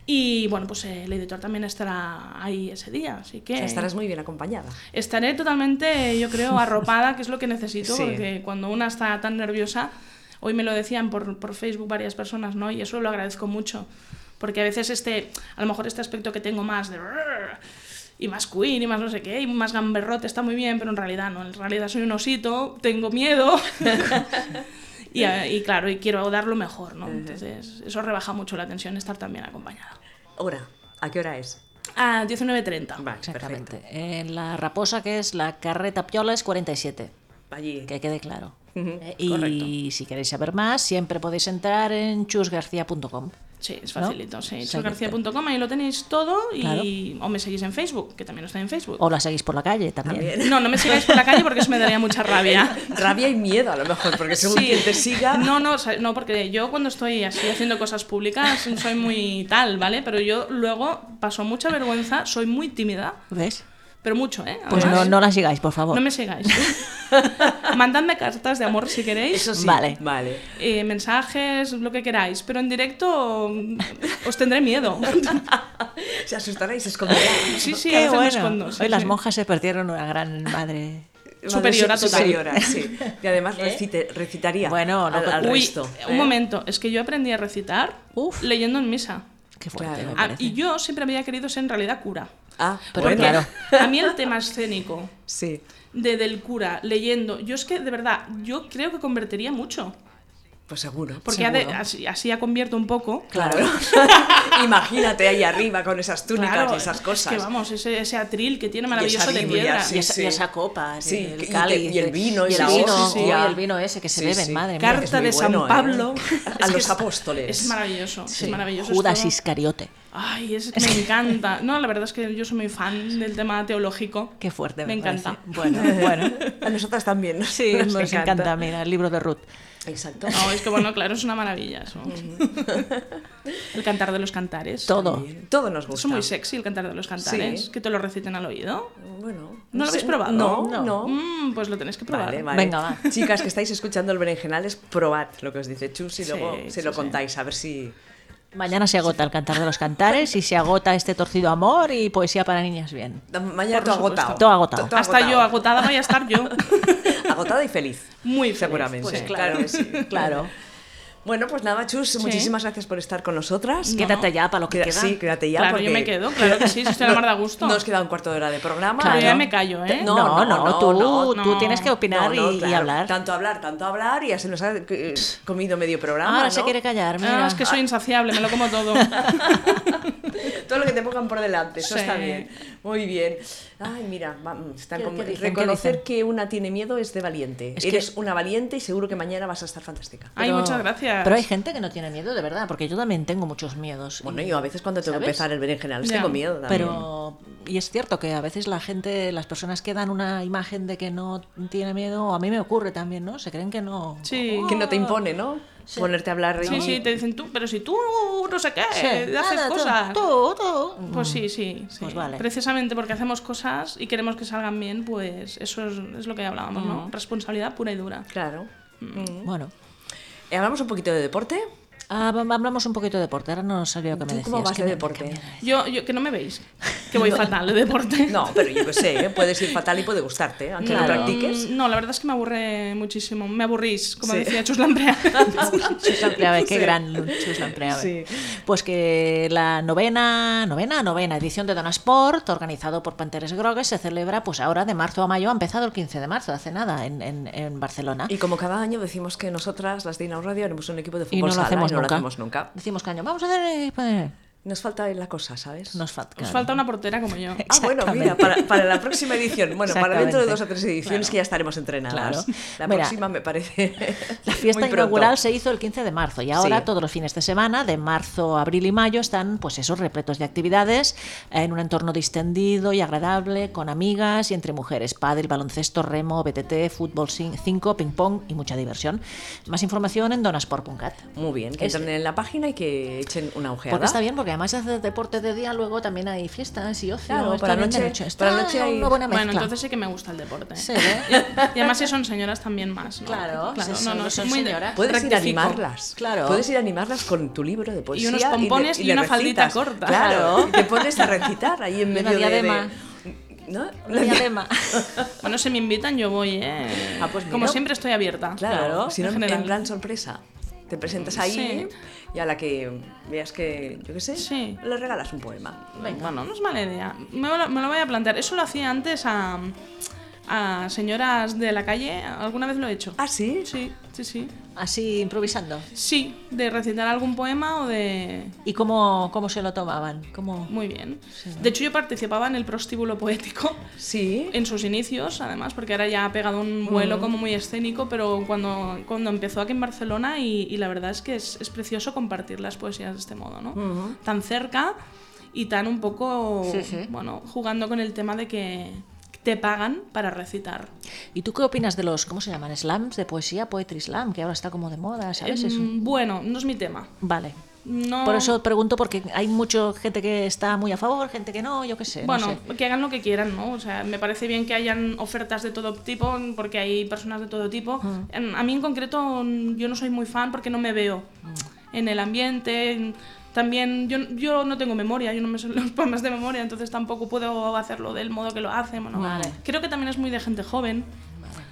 Y bueno, pues eh, el editor también estará ahí ese día, así que...
O sea, estarás muy bien acompañada.
Estaré totalmente,
*laughs*
yo creo, arropada, que es lo que necesito,
Sí.
porque cuando una está tan nerviosa, hoy me lo decían por, por Facebook varias personas, ¿no? Y eso lo agradezco mucho, porque a veces este, a lo mejor este aspecto que tengo más de... "Rrr", Y más queen, y más no sé qué, y más gamberrote está muy bien, pero en realidad no, en realidad soy un osito, tengo miedo.
*laughs*
*laughs* y, a- y claro, y quiero dar lo mejor, ¿no? Entonces, eso rebaja mucho la tensión, estar también acompañada.
Hora. ¿A qué hora es?
Ah, 19.30.
Vale,
Exactamente.
perfecto.
En la raposa, que es la carreta piola, es 47.
Allí.
Que quede claro.
Ujú,
Eh, y si queréis saber más, siempre podéis entrar en chusgarcía.com.
Sí, es
¿No?
facilito, sí.
Exacto.
Chusgarcía.com, ahí lo tenéis todo y o me seguís en Facebook, que también estoy en Facebook.
O la seguís por la calle también.
No, no me sigáis por la calle porque eso me daría
*laughs*
mucha rabia.
Rabia y miedo a lo mejor, porque según quien te siga.
No, no, o sea, no, porque yo cuando estoy así haciendo cosas públicas soy muy tal, ¿vale? Pero yo luego paso mucha vergüenza, soy muy tímida,
¿Ves?
pero mucho, ¿eh?
Pues no,
Además,
no la sigáis, por favor.
no me sigáis. Mandadme cartas de amor si queréis.
Eso sí.
Vale.
Vale.
eh, mensajes, lo que queráis, pero en directo mm, os tendré miedo.
Se asustará y se esconderá.
Sí, sí, a
Qué
veces me
bueno.
escondo, sí,
Hoy las
sí.
monjas se perdieron una gran madre.
Superiora
Madre
total.
Superiora, sí. Y además recite- recitaría
Bueno, no,
al, al
Uy,
resto.
un
¿eh?
momento, es que yo aprendí a recitar
Uf.
leyendo en misa.
Qué fuerte,
Claro.
me
Ah,
parece.
y yo siempre había querido ser en realidad cura.
Ah,
Pero
bueno.
claro.
A mí el tema escénico
Sí.
de del cura leyendo, yo es que de verdad, yo creo que convertiría mucho.
Pues seguro.
Porque ya de-
Seguro.
así, así ya convierto un poco.
Claro. *laughs* Imagínate ahí arriba con esas túnicas
Claro,
y esas
es
cosas.
que vamos, ese, ese atril que tiene
esa
maravilloso de
Biblia,
piedra.
sí,
y, esa,
sí.
y esa copa, el-
Sí, y
el
te-
cáliz.
y el vino,
y
y
el
la
vino,
hostia.
oh, y el vino ese que se
Sí,
beben,
sí.
madre mía.
Claro,
Carta
Es muy
de San
bueno, ¿eh?
Pablo.
A
que
los apóstoles.
Es maravilloso, es maravilloso.
Judas
es todo.
Iscariote.
Ay, es- me encanta. No, la verdad es que yo soy muy fan del tema teológico.
Qué fuerte, me,
Me encanta.
parece. Bueno,
*laughs*
bueno.
A nosotras también.
Sí, nos, encanta. mira, el libro de Ruth.
Exacto.
No, es que bueno, claro, es una maravilla
*laughs*
eso. El cantar de los cantares.
Todo.
Todo nos
Es
gusta.
muy sexy el cantar de los cantares.
Sí.
Que te lo reciten al oído.
Bueno.
¿No lo
sé,
habéis probado?
No,
No.
no.
Mm, pues lo tenéis que probar.
Vale, vale.
Venga, va.
Chicas que estáis escuchando el berenjenales, probad lo que os dice Chus y
Sí,
luego se
sí,
lo
sí.
contáis, a ver si.
Mañana se agota el cantar de los cantares y se agota este torcido amor y poesía para niñas bien.
Mañana
Por
todo
supuesto.
agotado.
Todo agotado.
Todo
Hasta yo, agotada voy a
*laughs*
estar yo.
Agotada y feliz.
Muy feliz,
Seguramente.
pues
sí,
claro.
que sí.
Claro.
Bueno, pues nada, Chus, muchísimas gracias por estar con nosotras.
Quédate ya para lo que
Queda-
queda.
Sí, quédate ya.
Claro,
porque
yo me quedo, claro que sí, si estoy a la mar de
*laughs*
gusto.
Nos queda un cuarto de hora de programa.
Pero
Claro.
ya me callo, ¿eh?
No,
No, no, tú,
no,
tú
no.
tienes que opinar
No, no,
y, y
claro.
hablar.
Tanto hablar, tanto hablar y ya se nos ha eh, comido medio programa.
Ahora
¿no?
se quiere callar,
Ah,
mira.
es que soy insaciable, me lo como todo.
*laughs* Todo lo que te pongan por delante, eso
Sí.
está bien. Muy bien. Ay, mira, va- mm, están
¿Qué-
con-
qué dicen?
reconocer
¿Qué
que una tiene miedo es de valiente.
Es que-
Eres una valiente y seguro que mañana vas a estar fantástica.
Ay,
Pero-
muchas gracias.
Pero hay gente que no tiene miedo, de verdad, porque yo también tengo muchos miedos.
Bueno,
Y-
yo a veces cuando tengo que
¿Sabes?
empezar el berenjenal
Ya,
tengo miedo también.
Pero, y es cierto que a veces la gente, las personas que dan una imagen de que no tiene miedo, a mí me ocurre también, ¿no? Se creen que no.
Sí.
Que no te impone, ¿no? Ponerte a hablar.
Sí,
y-
sí, te dicen tú, pero si tú no sé qué,
Sí,
haces
nada, tú-
eh, cosas.
Tú, tú.
Pues sí, sí, sí.
Pues vale.
Precisamente porque hacemos cosas y queremos que salgan bien, pues eso es, es lo que hablábamos, ¿no? Responsabilidad pura y dura.
Claro. Mm.
Bueno,
Eh, Hablamos un poquito de deporte.
ah, va- hablamos un poquito de deporte. Ahora no sabía que me
¿Tú
decías.
cómo vas
que
de
me-
deporte?
Yo, yo que no me veis, que voy fatal de deporte.
No, pero yo qué sé, ¿eh? puedes ir fatal y puede gustarte, aunque no
Claro.
practiques.
Mm, No, la verdad es que me aburre muchísimo. Me aburrís, como
Sí.
decía Chus Lamprea.
Ah, Chus Lampreave, qué
Sí.
gran lu- Chus Lampreave.
Sí.
Pues que la novena, novena, novena edición de Donasport, organizado por Panteres Grogues, se celebra pues ahora de marzo a mayo, ha empezado el 15 de marzo, hace nada, en, en- en Barcelona.
Y como cada año decimos que nosotras, las de Inau Radio, haremos un equipo de fútbol
Y no lo
sala
hacemos
y no
nunca.
lo hacemos nunca.
Decimos caño, vamos a hacer... eh,
Nos falta ahí la cosa, ¿sabes?
Nos falta...
Os falta una portera como yo.
Ah, bueno, mira,
Exactamente.
para, para la próxima edición. Bueno, para dentro de
Exactamente.
dos o tres ediciones que ya estaremos entrenadas.
Claro.
La
Mira,
próxima me parece.
La fiesta
muy pronto.
inaugural se hizo el 15 de marzo y ahora
Sí.
todos los fines de semana, de marzo, abril y mayo, están pues esos repletos de actividades eh, en un entorno distendido y agradable, con amigas y entre mujeres. Pádel, baloncesto, remo, BTT, fútbol 5, ping-pong y mucha diversión. Más información en donasport.cat.
Muy bien, que
Es-
entren en la página y que echen una ojeada.
Porque está bien, porque además hace deporte de día, luego también hay fiestas y ocio.
Claro,
está
para
bien de
noche-
Está
para noche hay-
una buena mezcla.
Bueno, entonces sí que me gusta el deporte.
*laughs*
Sí, ¿eh?
Y además si son señoras también más, ¿no?
Claro, sí,
no,
son-
no, soy
son
muy de-
señoras.
Puedes ir
rectifico.
a animarlas.
Claro.
Puedes ir a animarlas con tu libro de poesía.
unos
le-
pompones y
le
una faldita
recitas.
corta.
Claro.
Claro.
y te pones a recitar ahí en
Y una
medio de-
diadema.
de. ¿No?
Una diadema.
Bueno, si me invitan yo voy, ¿eh?
Ah, pues mira.
Como siempre estoy abierta.
Claro, si no,
en
en,
general.
plan sorpresa. Te presentas ahí
Sí.
y a la que veas que, yo qué sé,
Sí.
le regalas un poema.
Bueno, no es mala idea. Me lo, me lo voy a plantear. Eso lo hacía antes a, a señoras de la calle. ¿Alguna vez lo he hecho?
¿Ah, sí?
Sí, sí, sí.
Así improvisando.
Sí, de recitar algún poema o de...
¿Y cómo, cómo se lo tomaban? ¿Cómo...
Muy bien. De hecho, yo participaba en el prostíbulo poético
Sí.
en sus inicios, además, porque ahora ya ha pegado un
Mm.
vuelo como muy escénico, pero cuando, cuando empezó aquí en Barcelona y, y la verdad es que es, es precioso compartir las poesías de este modo, ¿no? Tan cerca y tan un poco, bueno, jugando con el tema de que te pagan para recitar.
¿Y tú qué opinas de los, cómo se llaman, slams de poesía, poetry slam, que ahora está como de moda, ¿sabes? Es un-
Em, bueno, no es mi tema.
Vale.
No...
Por eso pregunto, porque hay mucha gente que está muy a favor, gente que no, yo qué sé. no
Bueno,
sé.
que hagan lo que quieran, ¿no? O sea, me parece bien que hayan ofertas de todo tipo, porque hay personas de todo tipo.
Ah.
En- a mí en concreto mm, yo no soy muy fan porque no me veo
Ah.
en el ambiente. en- También yo, yo no tengo memoria, yo no me sé *laughs* los poemas de memoria, entonces tampoco puedo hacerlo del modo que lo hacen. bueno,
Vale.
Creo que también es muy de gente joven.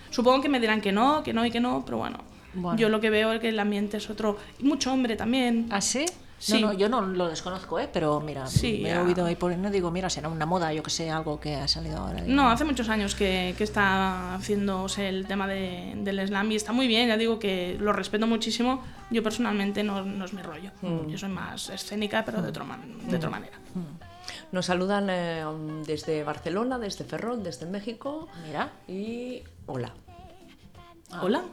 Supongo que me dirán que no, que no y que no, pero bueno.
Bueno.
Yo lo que veo es que el ambiente es otro. Y mucho hombre también.
¿Ah, sí?
Sí.
No, no, yo no lo desconozco, ¿eh? Pero mira,
Sí,
me he
ya.
oído ahí por no digo, mira, será una moda, yo que sé, algo que ha salido ahora. y-
No, hace muchos años que, que está haciéndose el tema de- del slam y está muy bien, ya digo que lo respeto muchísimo. Yo personalmente no, no es mi rollo.
Mm.
Yo soy más escénica, pero de, otro man- de otra manera.
Nos saludan eh, desde Barcelona, desde Ferrol, desde México.
Mira, ah,
Y hola.
Hola,
hola,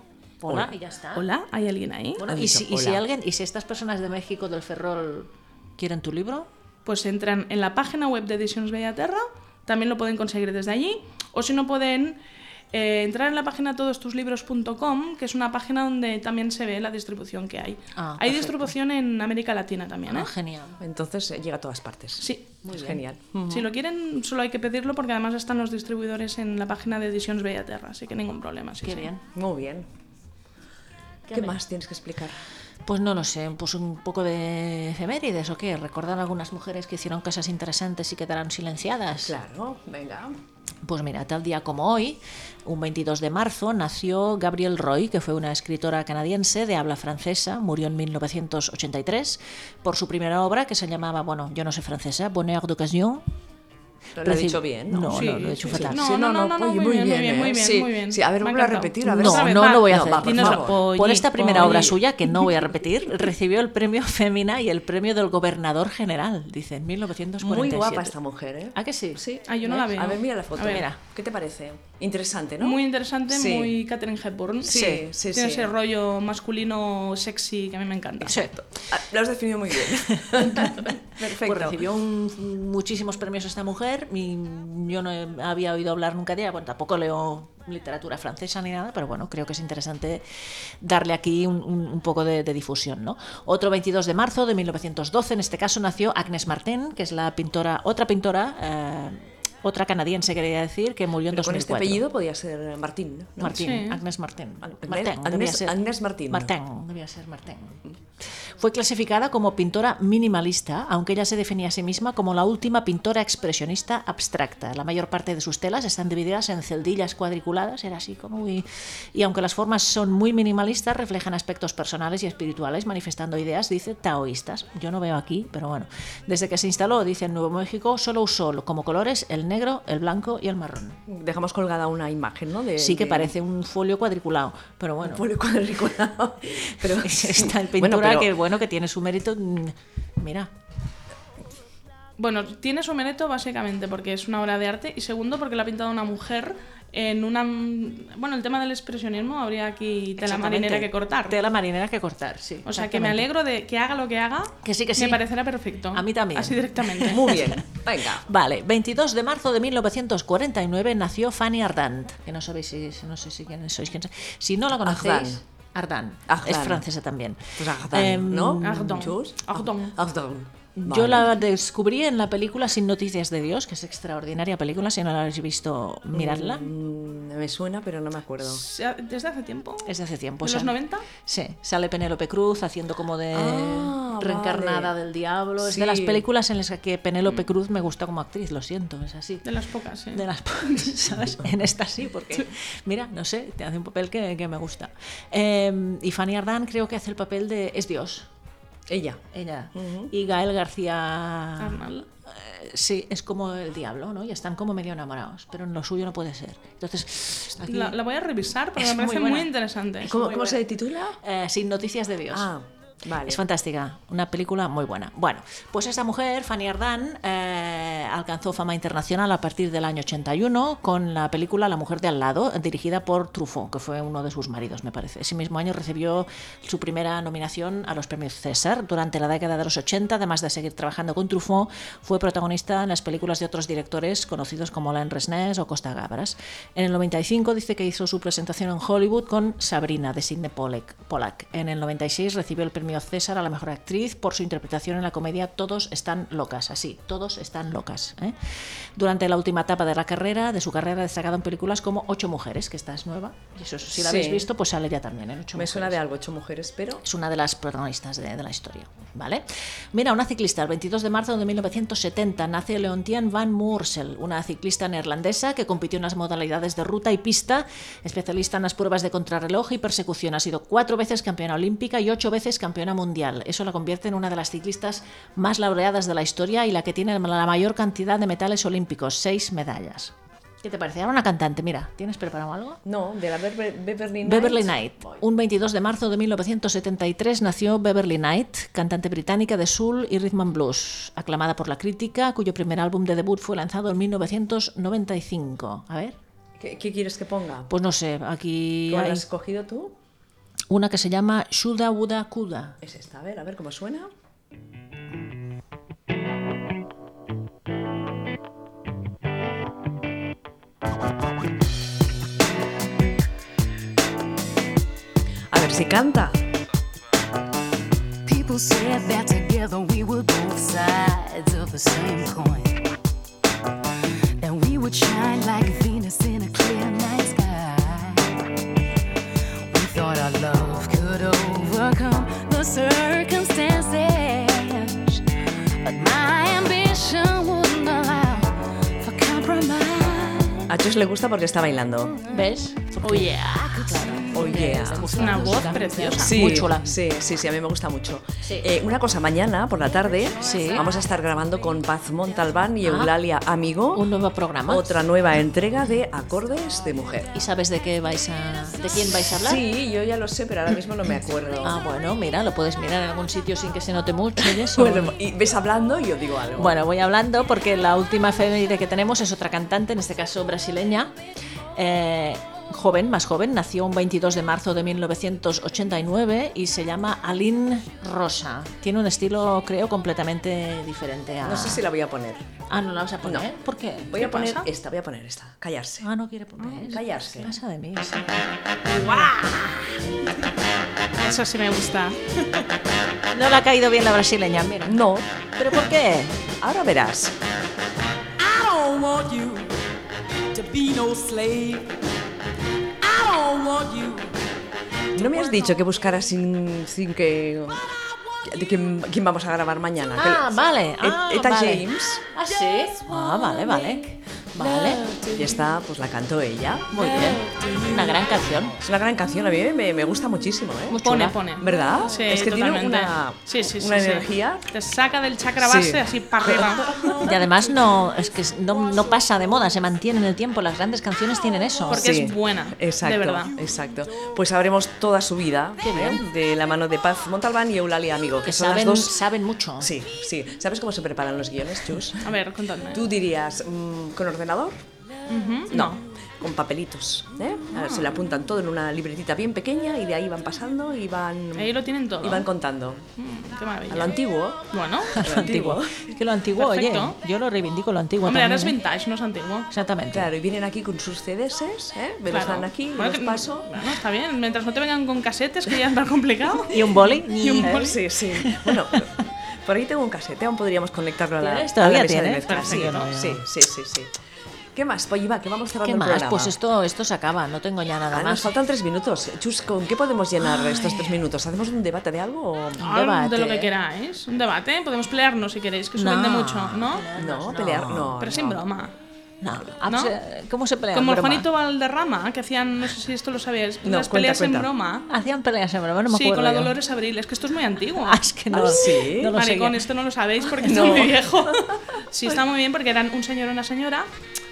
Hola.
y ya está.
hola, ¿hay alguien ahí?
Bueno,
Ha
y,
dicho
si, y si
hola.
alguien, y si estas personas de México, del Ferrol, quieren tu libro,
Pues entran en la página web de Editions Bellaterra, también lo pueden conseguir desde allí, o si no pueden... eh, entrar en la página todostuslibros.com, que es una página donde también se ve la distribución que hay.
Ah,
hay
perfecto.
distribución en América Latina también, ¿eh?
Ah, genial.
Entonces eh, llega a todas partes.
Sí,
es genial.
Si lo quieren, solo hay que pedirlo porque además están los distribuidores en la página de Editions Bellaterra, así que ningún problema. Sí,
Qué
sí.
bien.
Muy bien. ¿Qué más tienes que explicar?
Pues no lo sé, pues un poco de efemérides o qué, recordar a algunas mujeres que hicieron cosas interesantes y quedaron silenciadas.
Claro, venga.
Pues mira, tal día como hoy, un 22 de marzo, nació Gabrielle Roy, que fue una escritora canadiense de habla francesa, murió en 1983, por su primera obra que se llamaba, bueno, yo no sé francesa, Bonheur ¿eh? d'occasion,
Lo he dicho bien, ¿no?
No,
Sí,
lo he hecho
sí,
fatal.
sí. No,
Sí,
no, no, no,
oye,
muy bien, muy bien,
¿eh?
muy bien,
Sí,
muy bien.
Sí, a ver,
Me ha
vuelvo a
encantado.
repetir, a ver.
No,
si-
Otra vez,
no
va,
lo voy a
no,
hacer.
va, por
Dinos-
favor.
por esta primera obra
Polly.
suya, que no voy a repetir, *laughs* recibió el premio Femina y el premio del gobernador general, dice, en 1947.
Muy guapa esta mujer, ¿eh?
¿A que sí?
Sí.
Ah, yo no la veo.
A ver, mira la foto.
A ver.
Mira, ¿qué te parece? Interesante, ¿no?
Muy interesante,
Sí.
muy Catherine Hepburn.
Sí,
Tiene
sí, sí.
ese rollo masculino sexy que a mí me encanta.
Sí.
Ah, Lo has definido muy
*laughs*
bien.
Pues
Perfecto.
recibió un- muchísimos premios esta mujer y yo no he- había oído hablar nunca de ella. Bueno, tampoco leo literatura francesa ni nada, pero bueno, creo que es interesante darle aquí un, un- un poco de, de difusión. ¿no? Otro 22 de marzo de 1912, en este caso nació Agnes Martin, que es la pintora, otra pintora, eh, otra canadiense, quería decir, que murió en
Pero con este
2004.
apellido podía ser Martín, ¿no?
Martín,
Sí.
Agnes Martín.
Agnes-
Martín,
Agnes-
debía ser.
Agnes Martín. Mm.
Martín, debía ser Martín. Fue clasificada como pintora minimalista, aunque ella se definía a sí misma como la última pintora expresionista abstracta. La mayor parte de sus telas están divididas en celdillas cuadriculadas, era así como muy... Y aunque las formas son muy minimalistas, reflejan aspectos personales y espirituales, manifestando ideas, dice, taoístas. Yo no veo aquí, pero bueno. Desde que se instaló, dice, en Nuevo México, solo usó como colores el negro, el blanco y el marrón.
Dejamos colgada una imagen, ¿no? De,
Sí que
Eh,
de-
parece un folio cuadriculado, pero bueno. *laughs*
Polio cuadriculado. *laughs* Pero
Esta
*laughs*
*laughs*
pintura
Bueno, pero-
que bueno que tiene su mérito. mm, Mira,
Bueno, tiene su mérito básicamente porque es una obra de arte y segundo porque la ha pintado una mujer en una... Bueno, el tema del expresionismo habría aquí tela
exactamente.
marinera que cortar.
Tela marinera que cortar, sí.
O sea, que me
exactamente.
alegro de que haga lo que haga.
Que sí, que sí.
Me parecerá perfecto.
A mí también.
Así directamente. *laughs*
Muy bien. Venga.
Vale, 22 de marzo de 1949 nació Fanny Ardant, que no sabéis si no sé si quién sois quién sois. Si no la conocéis, Ardant,
Ardant.
es francesa también.
Pues Ardán,
Em,
¿no?
Ardán.
Chus.
Ardán.
Ardán. Vale.
Yo la descubrí en la película Sin Noticias de Dios, que es extraordinaria película, si no la habéis visto, miradla.
Mm, Me suena, pero no me acuerdo.
Se ha- ¿Desde hace tiempo?
Es pues de hace tiempo.
¿De los
sale.
90?
Sí, sale Penélope Cruz haciendo como de
Ah,
reencarnada
vale.
del diablo. Es
Sí. Mm.
de las películas en las que Penélope Cruz me gusta como actriz, lo siento, es así.
De las pocas, sí.
De
*laughs*
las pocas, *laughs* ¿sabes? En esta sí, porque, mira, no sé, te hace un papel que, que me gusta. Eh, y Fanny Ardán creo que hace el papel de... Es Dios,
Ella.
ella. Y Gael
Ah,
García...
Arnal.
eh, Sí, es como el diablo, ¿no? Y están como medio enamorados, pero en lo suyo no puede ser. Entonces, aquí-
La, la voy a revisar porque
Es
me parece
muy
muy,
buena.
interesante.
¿Cómo, cómo se titula?
eh, sin noticias de Dios.
Ah, vale.
Es fantástica, una película muy buena. Bueno, pues esta mujer, Fanny Ardán, eh, alcanzó fama internacional a partir del año 81 con la película La mujer de al lado, dirigida por Truffaut, que fue uno de sus maridos, me parece. Ese mismo año recibió su primera nominación a los premios César. Durante la década de los 80, además de seguir trabajando con Truffaut, fue protagonista en las películas de otros directores conocidos como Alain Resnais o Costa Gabras. En el 95 dice que hizo su presentación en Hollywood con Sabrina de Sidney Polak. Pollack. En el 96 recibió el premio César a la mejor actriz por su interpretación en la comedia Todos están locas, así, todos están locas. ¿eh? Durante la última etapa de la carrera, de su carrera, ha destacado en películas como Ocho mujeres, que esta es nueva, y eso si la
Sí.
habéis visto, pues sale ya también en Ocho
Me
mujeres.
suena de algo, ocho mujeres, pero.
Es una de las protagonistas de, de la historia, ¿vale? Mira, una ciclista, el 22 de marzo de 1970 nace Leontien van Moorsel, una ciclista neerlandesa que compitió en las modalidades de ruta y pista, especialista en las pruebas de contrarreloj y persecución. Ha sido cuatro veces campeona olímpica y ocho veces campeona mundial. Eso la convierte en una de las ciclistas más laureadas de la historia y la que tiene la mayor cantidad de metales olímpicos, seis medallas. ¿Qué te parece? Ahora una cantante, mira, ¿tienes preparado algo?
No, de la Bever- Beverly Knight.
Beverly Knight. Un 22 de marzo de 1973 nació Beverly Knight, cantante británica de soul y rhythm and blues, aclamada por la crítica, cuyo primer álbum de debut fue lanzado en 1995. A ver,
¿Qué, qué quieres que ponga?
pues no sé, aquí
¿Cuál
hay
has cogido tú?
una que se llama Shuda Wuda Kuda.
Es esta, a ver, a ver cómo suena. A ver si canta.
People said that together we were both sides of the same coin. That we would shine like Venus in a clear night sky. We thought our love could overcome the circumstances. But my ambition wouldn't allow for compromise.
Mm,
A Chus le gusta porque está bailando.
¿Ves?
I could see
Oh, yeah.
Es una voz preciosa.
Sí,
Muy chula.
Sí, sí, sí, a mí me gusta mucho.
Sí.
Eh, una cosa, mañana por la tarde
Sí. Ah.
vamos a estar grabando con Paz Montalbán y Eulalia Amigo
Un nuevo programa.
otra nueva entrega de Acordes de Mujer.
¿Y sabes de qué vais a, de quién vais a hablar?
Sí, yo ya lo sé, pero ahora mismo no me acuerdo.
Ah, bueno, mira, lo puedes mirar en algún sitio sin que se note mucho
*laughs*
y eso.
Bueno, y ves hablando y yo digo algo.
Bueno, voy hablando porque la última efeméride que tenemos es otra cantante, en este caso brasileña, eh, joven, más joven, nació un 22 de marzo de 1989 y se llama Aline Rosa. Tiene un estilo, creo, completamente diferente a...
no sé si la voy a poner.
Ah, no la vas a poner. ¿Por qué?
Voy
¿Qué
a Mm, poner
pasa?
esta, voy a poner esta. Callarse.
Ah, no quiere poner.
Callarse.
¿Qué pasa de mí?
Eso sí me gusta.
No le ha caído bien la brasileña, mira.
No,
¿Pero por qué?
ahora verás.
I don't want you to be no slave. I don't want you.
¿No me has dicho que buscaras sin, sin que... de quién, quién vamos a grabar mañana? Que
Ah,
lo-
vale.
Et-
Ah,
Eta
vale.
James.
Ah, sí. Ah, vale, vale. Vale.
Y esta, pues la cantó ella.
Muy bien. Una gran canción.
Es una gran canción, a mí me, me gusta muchísimo, ¿eh?
Muy
Pone,
chula.
pone.
¿Verdad?
Sí,
Es que tiene
totalmente.
una-
Sí, sí, sí,
una
sí.
energía.
Te saca del chakra
Sí.
base así para arriba.
*laughs*
Y además no, es que no, no pasa de moda, se mantiene en el tiempo. Las grandes canciones tienen eso.
Porque es buena, de
Exacto,
verdad.
Exacto. Pues sabremos toda su vida
Qué bien.
¿eh? de la mano de Paz Montalbán y Eulalia Amigo, que,
que
son
saben,
las dos.
saben mucho.
Sí, sí. ¿Sabes cómo se preparan los guiones, Chus?
A ver, contadme.
Tú dirías, mm, ¿con ordenador?
Ujú.
No, con papelitos. ¿eh? Ahora se le apuntan todo en una libretita bien pequeña y de ahí van pasando y van,
Ahí lo tienen todo.
y van contando.
Mm, Qué
A lo
maravilla.
antiguo. *laughs*
Bueno,
antiguo.
Es que *laughs* lo antiguo,
Perfecto.
oye, yo lo reivindico lo antiguo
hombre, ahora es
también. ¿eh?
vintage, no es antiguo.
Exactamente.
Claro, y vienen aquí con sus CDs, ¿eh? me los
Claro.
dan aquí, me
Bueno,
los
que-
paso.
Bueno, está bien. Mientras no te vengan con casetes, que
*laughs*
ya está complicado.
¿Y un boli?
*laughs* Y un boli.
Sí, sí. ¿eh? Bueno, por ahí tengo un casete, aún podríamos conectarlo a la,
¿Tienes?
a la
Todavía
mesa de
tienes.
mezcla. Sí,
Perfecto.
¿no? sí, sí, sí, sí. ¿Qué más? Pues Iba, que vamos cerrando
¿Qué
el
más?
programa.
Pues esto, esto se acaba, no tengo ya nada
Ah, nos
más.
faltan tres minutos. Chus, ¿con qué podemos llenar estos tres minutos? ¿Hacemos un debate de algo? o-
Ah,
debate.
De lo que queráis. Un debate. Podemos pelearnos si queréis, que eso
No,
vende mucho, ¿no?
No, pelear, no.
Pero
no.
sin broma.
No. Ah,
¿No?
pues, ¿Cómo se pelea?
Como el
Broma.
Juanito Valderrama, que hacían, no sé si esto lo sabías,
No,
unas
cuenta,
peleas
cuenta.
en broma.
Hacían peleas en broma, no me
sí,
acuerdo.
con la
yo.
Dolores Abril. Es que esto es muy antiguo.
Ah, es que no,
Ah, sí.
no lo sé.
Maricón,
yo.
esto no lo sabéis
*laughs*
porque está muy viejo. Sí, está muy bien porque eran un señor y una señora,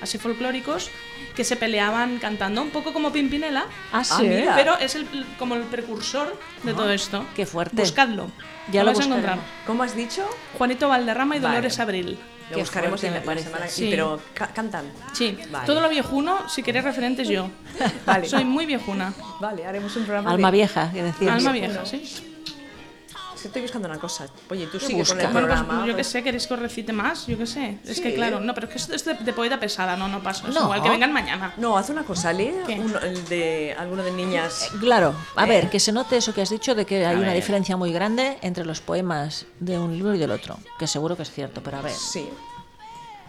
así folclóricos, que se peleaban cantando, un poco como Pimpinela,
Ah,
Ah,
sí.
mira.
pero es el, como el precursor de todo esto.
qué fuerte.
Buscadlo.
Ya lo
vais a
buscaré.
encontrar.
¿Cómo has dicho?
Juanito Valderrama y
Vale.
Dolores Abril.
Lo
Qué
buscaremos
fuerte,
en
me
la- la
parece.
semana. y-
Sí.
Pero ca- cantan.
Sí,
Vale.
todo lo viejuno, si queréis referentes, yo.
*laughs* Vale.
Soy muy viejuna.
Vale, haremos un programa.
Alma
de-
vieja, que decías.
Alma vieja, sí.
Es que Estoy buscando una cosa. Oye, tú sigue con
buscas?
el
Bueno, pues,
programa.
yo qué sé, ¿queréis que os recite más? Yo qué sé. Es que
Sí.
claro, no, pero es que esto es de, de poeta pesada, no, no paso. Es
No.
igual que vengan mañana.
No, haz una cosa, lee
¿Qué?
uno- el de alguno de niñas.
Claro, a ver, que se note eso que has dicho de que hay una
ver.
diferencia muy grande entre los poemas de un libro y del otro, que seguro que es cierto, pero a ver.
Sí.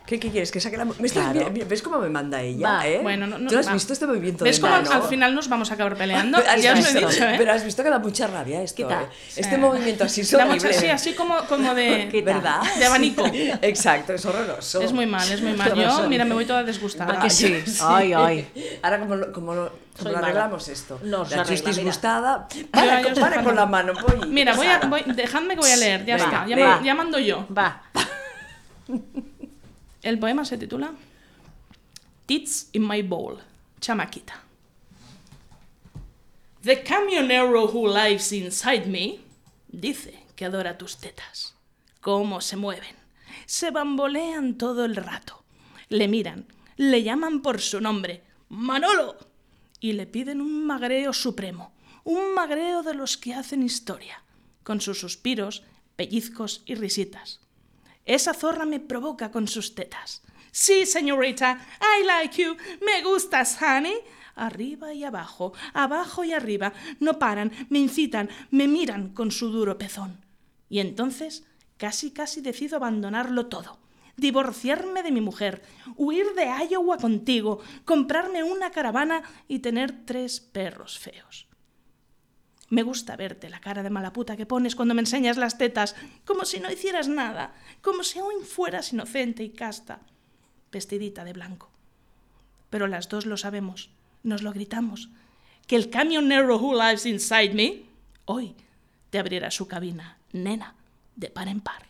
¿Qué, qué quieres? ¿Que saque la.? ¿Me estás-
Claro.
mira, mira, ¿Ves cómo me manda ella?
Va,
eh?
Bueno, no, no,
¿Tú has
va.
visto este movimiento
¿Ves
de
cómo
mano?
al final nos vamos a acabar
*laughs*
peleando?
Has
ya os lo he
visto,
dicho, ¿eh?
Pero has visto que da mucha rabia esto.
Quita.
eh. Este movimiento así es
La mocha
horrible.
así, así como,
*laughs*
como de...
¿Verdad?
De abanico.
Exacto, es horroroso.
Es muy mal, es muy
*laughs*
mal. Yo, mira, me voy toda desgustada.
Ah,
*laughs*
sí?
yo
Ay, ay.
Ahora, ¿cómo lo, cómo lo- cómo lo
mala.
arreglamos esto?
Nos
la Chus
arregla, mira.
disgustada.
Yo-
Para,
yo
con,
estoy
para con
cuando-
la mano, voy.
Mira, voy a,
pesada.
voy- dejadme que voy a leer, ya
Venga,
está. Ya,
ve.
ma- ya mando yo.
Va.
El poema se titula Tits in My Bowl, Chamaquita. The camionero who lives inside me dice que adora tus tetas. Cómo se mueven. Se bambolean todo el rato. Le miran, le llaman por su nombre, Manolo, y le piden un magreo supremo, un magreo de los que hacen historia, con sus suspiros, pellizcos y risitas. Esa zorra me provoca con sus tetas. Sí, señorita, I like you, me gustas, honey. Arriba y abajo, abajo y arriba, no paran, me incitan, me miran con su duro pezón. Y entonces, casi, casi decido abandonarlo todo. Divorciarme de mi mujer, huir de Iowa contigo, comprarme una caravana y tener tres perros feos. Me gusta verte la cara de mala puta que pones cuando me enseñas las tetas, como si no hicieras nada, como si aún fueras inocente y casta, vestidita de blanco. Pero las dos lo sabemos, nos lo gritamos. que el camionero who lives inside me hoy te abrirá su cabina, nena, de par en par.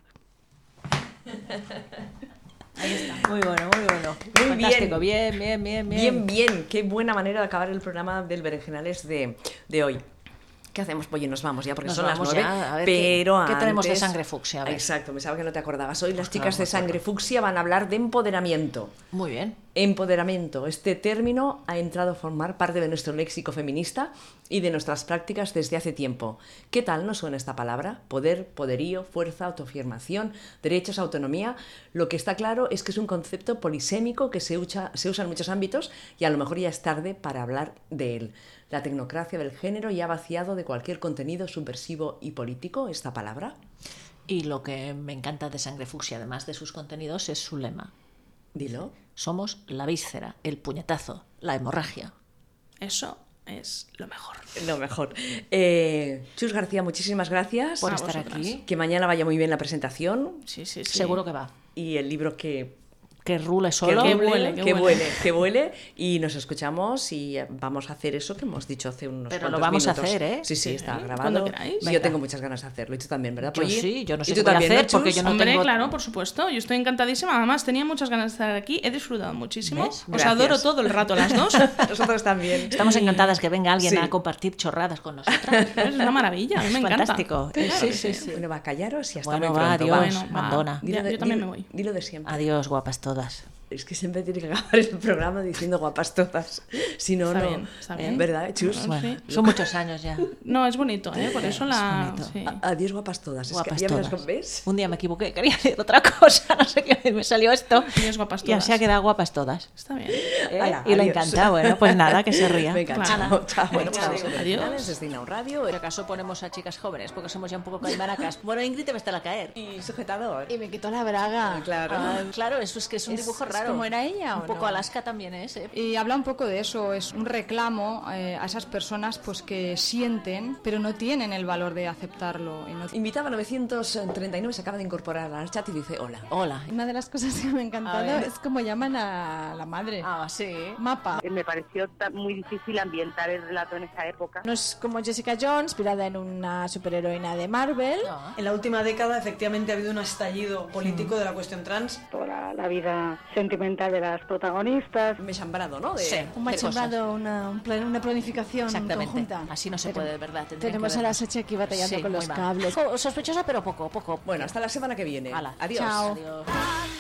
Ahí está. Muy bueno, muy bueno.
Muy bien.
Fantástico. Bien, bien, bien,
Bien,
bien.
bien, qué buena manera de acabar el programa del Berenjenales de, de hoy. ¿Qué hacemos, Polly? Nos vamos ya porque
Nos
son las
vamos
nueve.
ya, a ver,
pero
¿qué- qué tenemos de
antes-
sangre fucsia? A ver. Pues
Exacto, me sabe que no te acordabas. Hoy las chicas de sangre fucsia van a hablar de empoderamiento.
Muy bien.
Empoderamiento. Este término ha entrado a formar parte de nuestro léxico feminista y de nuestras prácticas desde hace tiempo. ¿Qué tal nos suena esta palabra? Poder, poderío, fuerza, autoafirmación, derechos, autonomía. Lo que está claro es que es un concepto polisémico que se usa, se usa en muchos ámbitos y a lo mejor ya es tarde para hablar de él. La tecnocracia del género ya ha vaciado de cualquier contenido subversivo y político esta palabra.
Y lo que me encanta de Sangre Fucsia, además de sus contenidos, es su lema.
Dilo.
Somos la víscera, el puñetazo, la hemorragia.
Eso es lo mejor.
Lo mejor. Eh, Chus García, muchísimas gracias
Por
A
estar
vosotras.
aquí.
Que mañana vaya muy bien la presentación
Sí, sí, sí.
Seguro que va.
y el libro que,
Que rule solo.
que,
Que
vuele,
vuele,
que,
que
vuele, que vuele. Y nos escuchamos y vamos a hacer eso que hemos dicho hace unos
Pero lo
cuantos
vamos a
minutos.
hacer, ¿eh?
Sí, sí,
Sí,
está
¿eh?
grabado.
Cuando queráis.
Y Yo
Venga.
tengo muchas ganas de hacerlo. Y tú también, ¿verdad,
Yo
Polly?
sí, yo no
Y
sé
tú
qué voy a
también, ¿no,
hacer porque
Chus?
yo no
Hombre,
tengo-
claro, por supuesto. Yo estoy encantadísima. Además, tenía muchas ganas de estar aquí. He disfrutado muchísimo.
¿Ves?
Os
Gracias.
adoro todo el rato
*laughs*
las dos.
*laughs* Nosotros también.
Estamos encantadas que venga alguien
Sí.
a compartir chorradas con nosotras.
*laughs* Es una maravilla. A mí me encanta.
Fantástico. Eh, sí, sí, sí.
Bueno, va, callaros y hasta
Bueno,
muy
va,
pronto.
adiós,
va.
Bueno, va.
Mandona.
Dilo
Ya,
de-
yo también
dilo-
me voy.
Dilo de siempre.
Adiós, guapas todas.
Es que siempre tiene que acabar el programa diciendo guapas todas. Si no,
Está
no.
bien, está bien.
¿Verdad, Chus?
Bueno,
Bueno,
Sí.
son muchos años ya.
No, es bonito, ¿eh? Por eso la.
bonito.
sí.
A- Adiós, guapas todas.
Guapas
es que ya me las-
todas.
¿Ves?
Un día me equivoqué, quería *laughs* decir otra cosa, no sé qué, me salió
*laughs*
esto.
Adiós, guapas
Y así ha
todas.
quedado guapas todas.
Está bien.
¿eh?
Ala,
y le
adiós.
encanta, bueno, pues nada,
*laughs*
que se *laughs* ría.
Venga,
Claro.
chao, chao. Bueno,
Venga,
pues,
adiós.
adiós. Desde Inau Radio.
Pero acaso ponemos a chicas jóvenes, porque somos ya un poco caimaracas. Bueno, Ingrid te va a estar a caer.
Y sujetador.
Y me quitó la braga.
Claro.
Ah, claro, eso es que es un
Es-
dibujo
es
raro.
como era ella, ¿o
Un poco
no?
Alaska también es, ¿eh?
Y habla un poco de eso, es un reclamo eh, a esas personas pues que sienten, pero no tienen el valor de aceptarlo. y no-
Invitaba 939, se acaba de incorporar al chat y dice hola.
Hola.
Una de las cosas que me ha encantado
ver.
es como llaman a la madre.
Ah, sí.
Mapa.
Eh, Me pareció ta- muy difícil ambientar el relato en esa época.
No es como Jessica Jones, inspirada en una superheroína de Marvel.
Ah.
En la última década, efectivamente, ha habido un estallido político de la cuestión trans.
Toda la vida sentimental de las protagonistas.
Me he chambrado, ¿no? De-
Sí.
Un
Qué
machembrado, una, un plan- una planificación
Exactamente.
conjunta.
Así no se
Pero
puede, de verdad. tendrían
Tenemos
que
a la
vernos.
Sachi aquí batallando
Sí,
con los
muy mal.
cables.
Co- Sospechosa, pero poco, poco.
Bueno, hasta la semana que viene.
Ala.
Adiós.
Chao.
Adiós.
Magia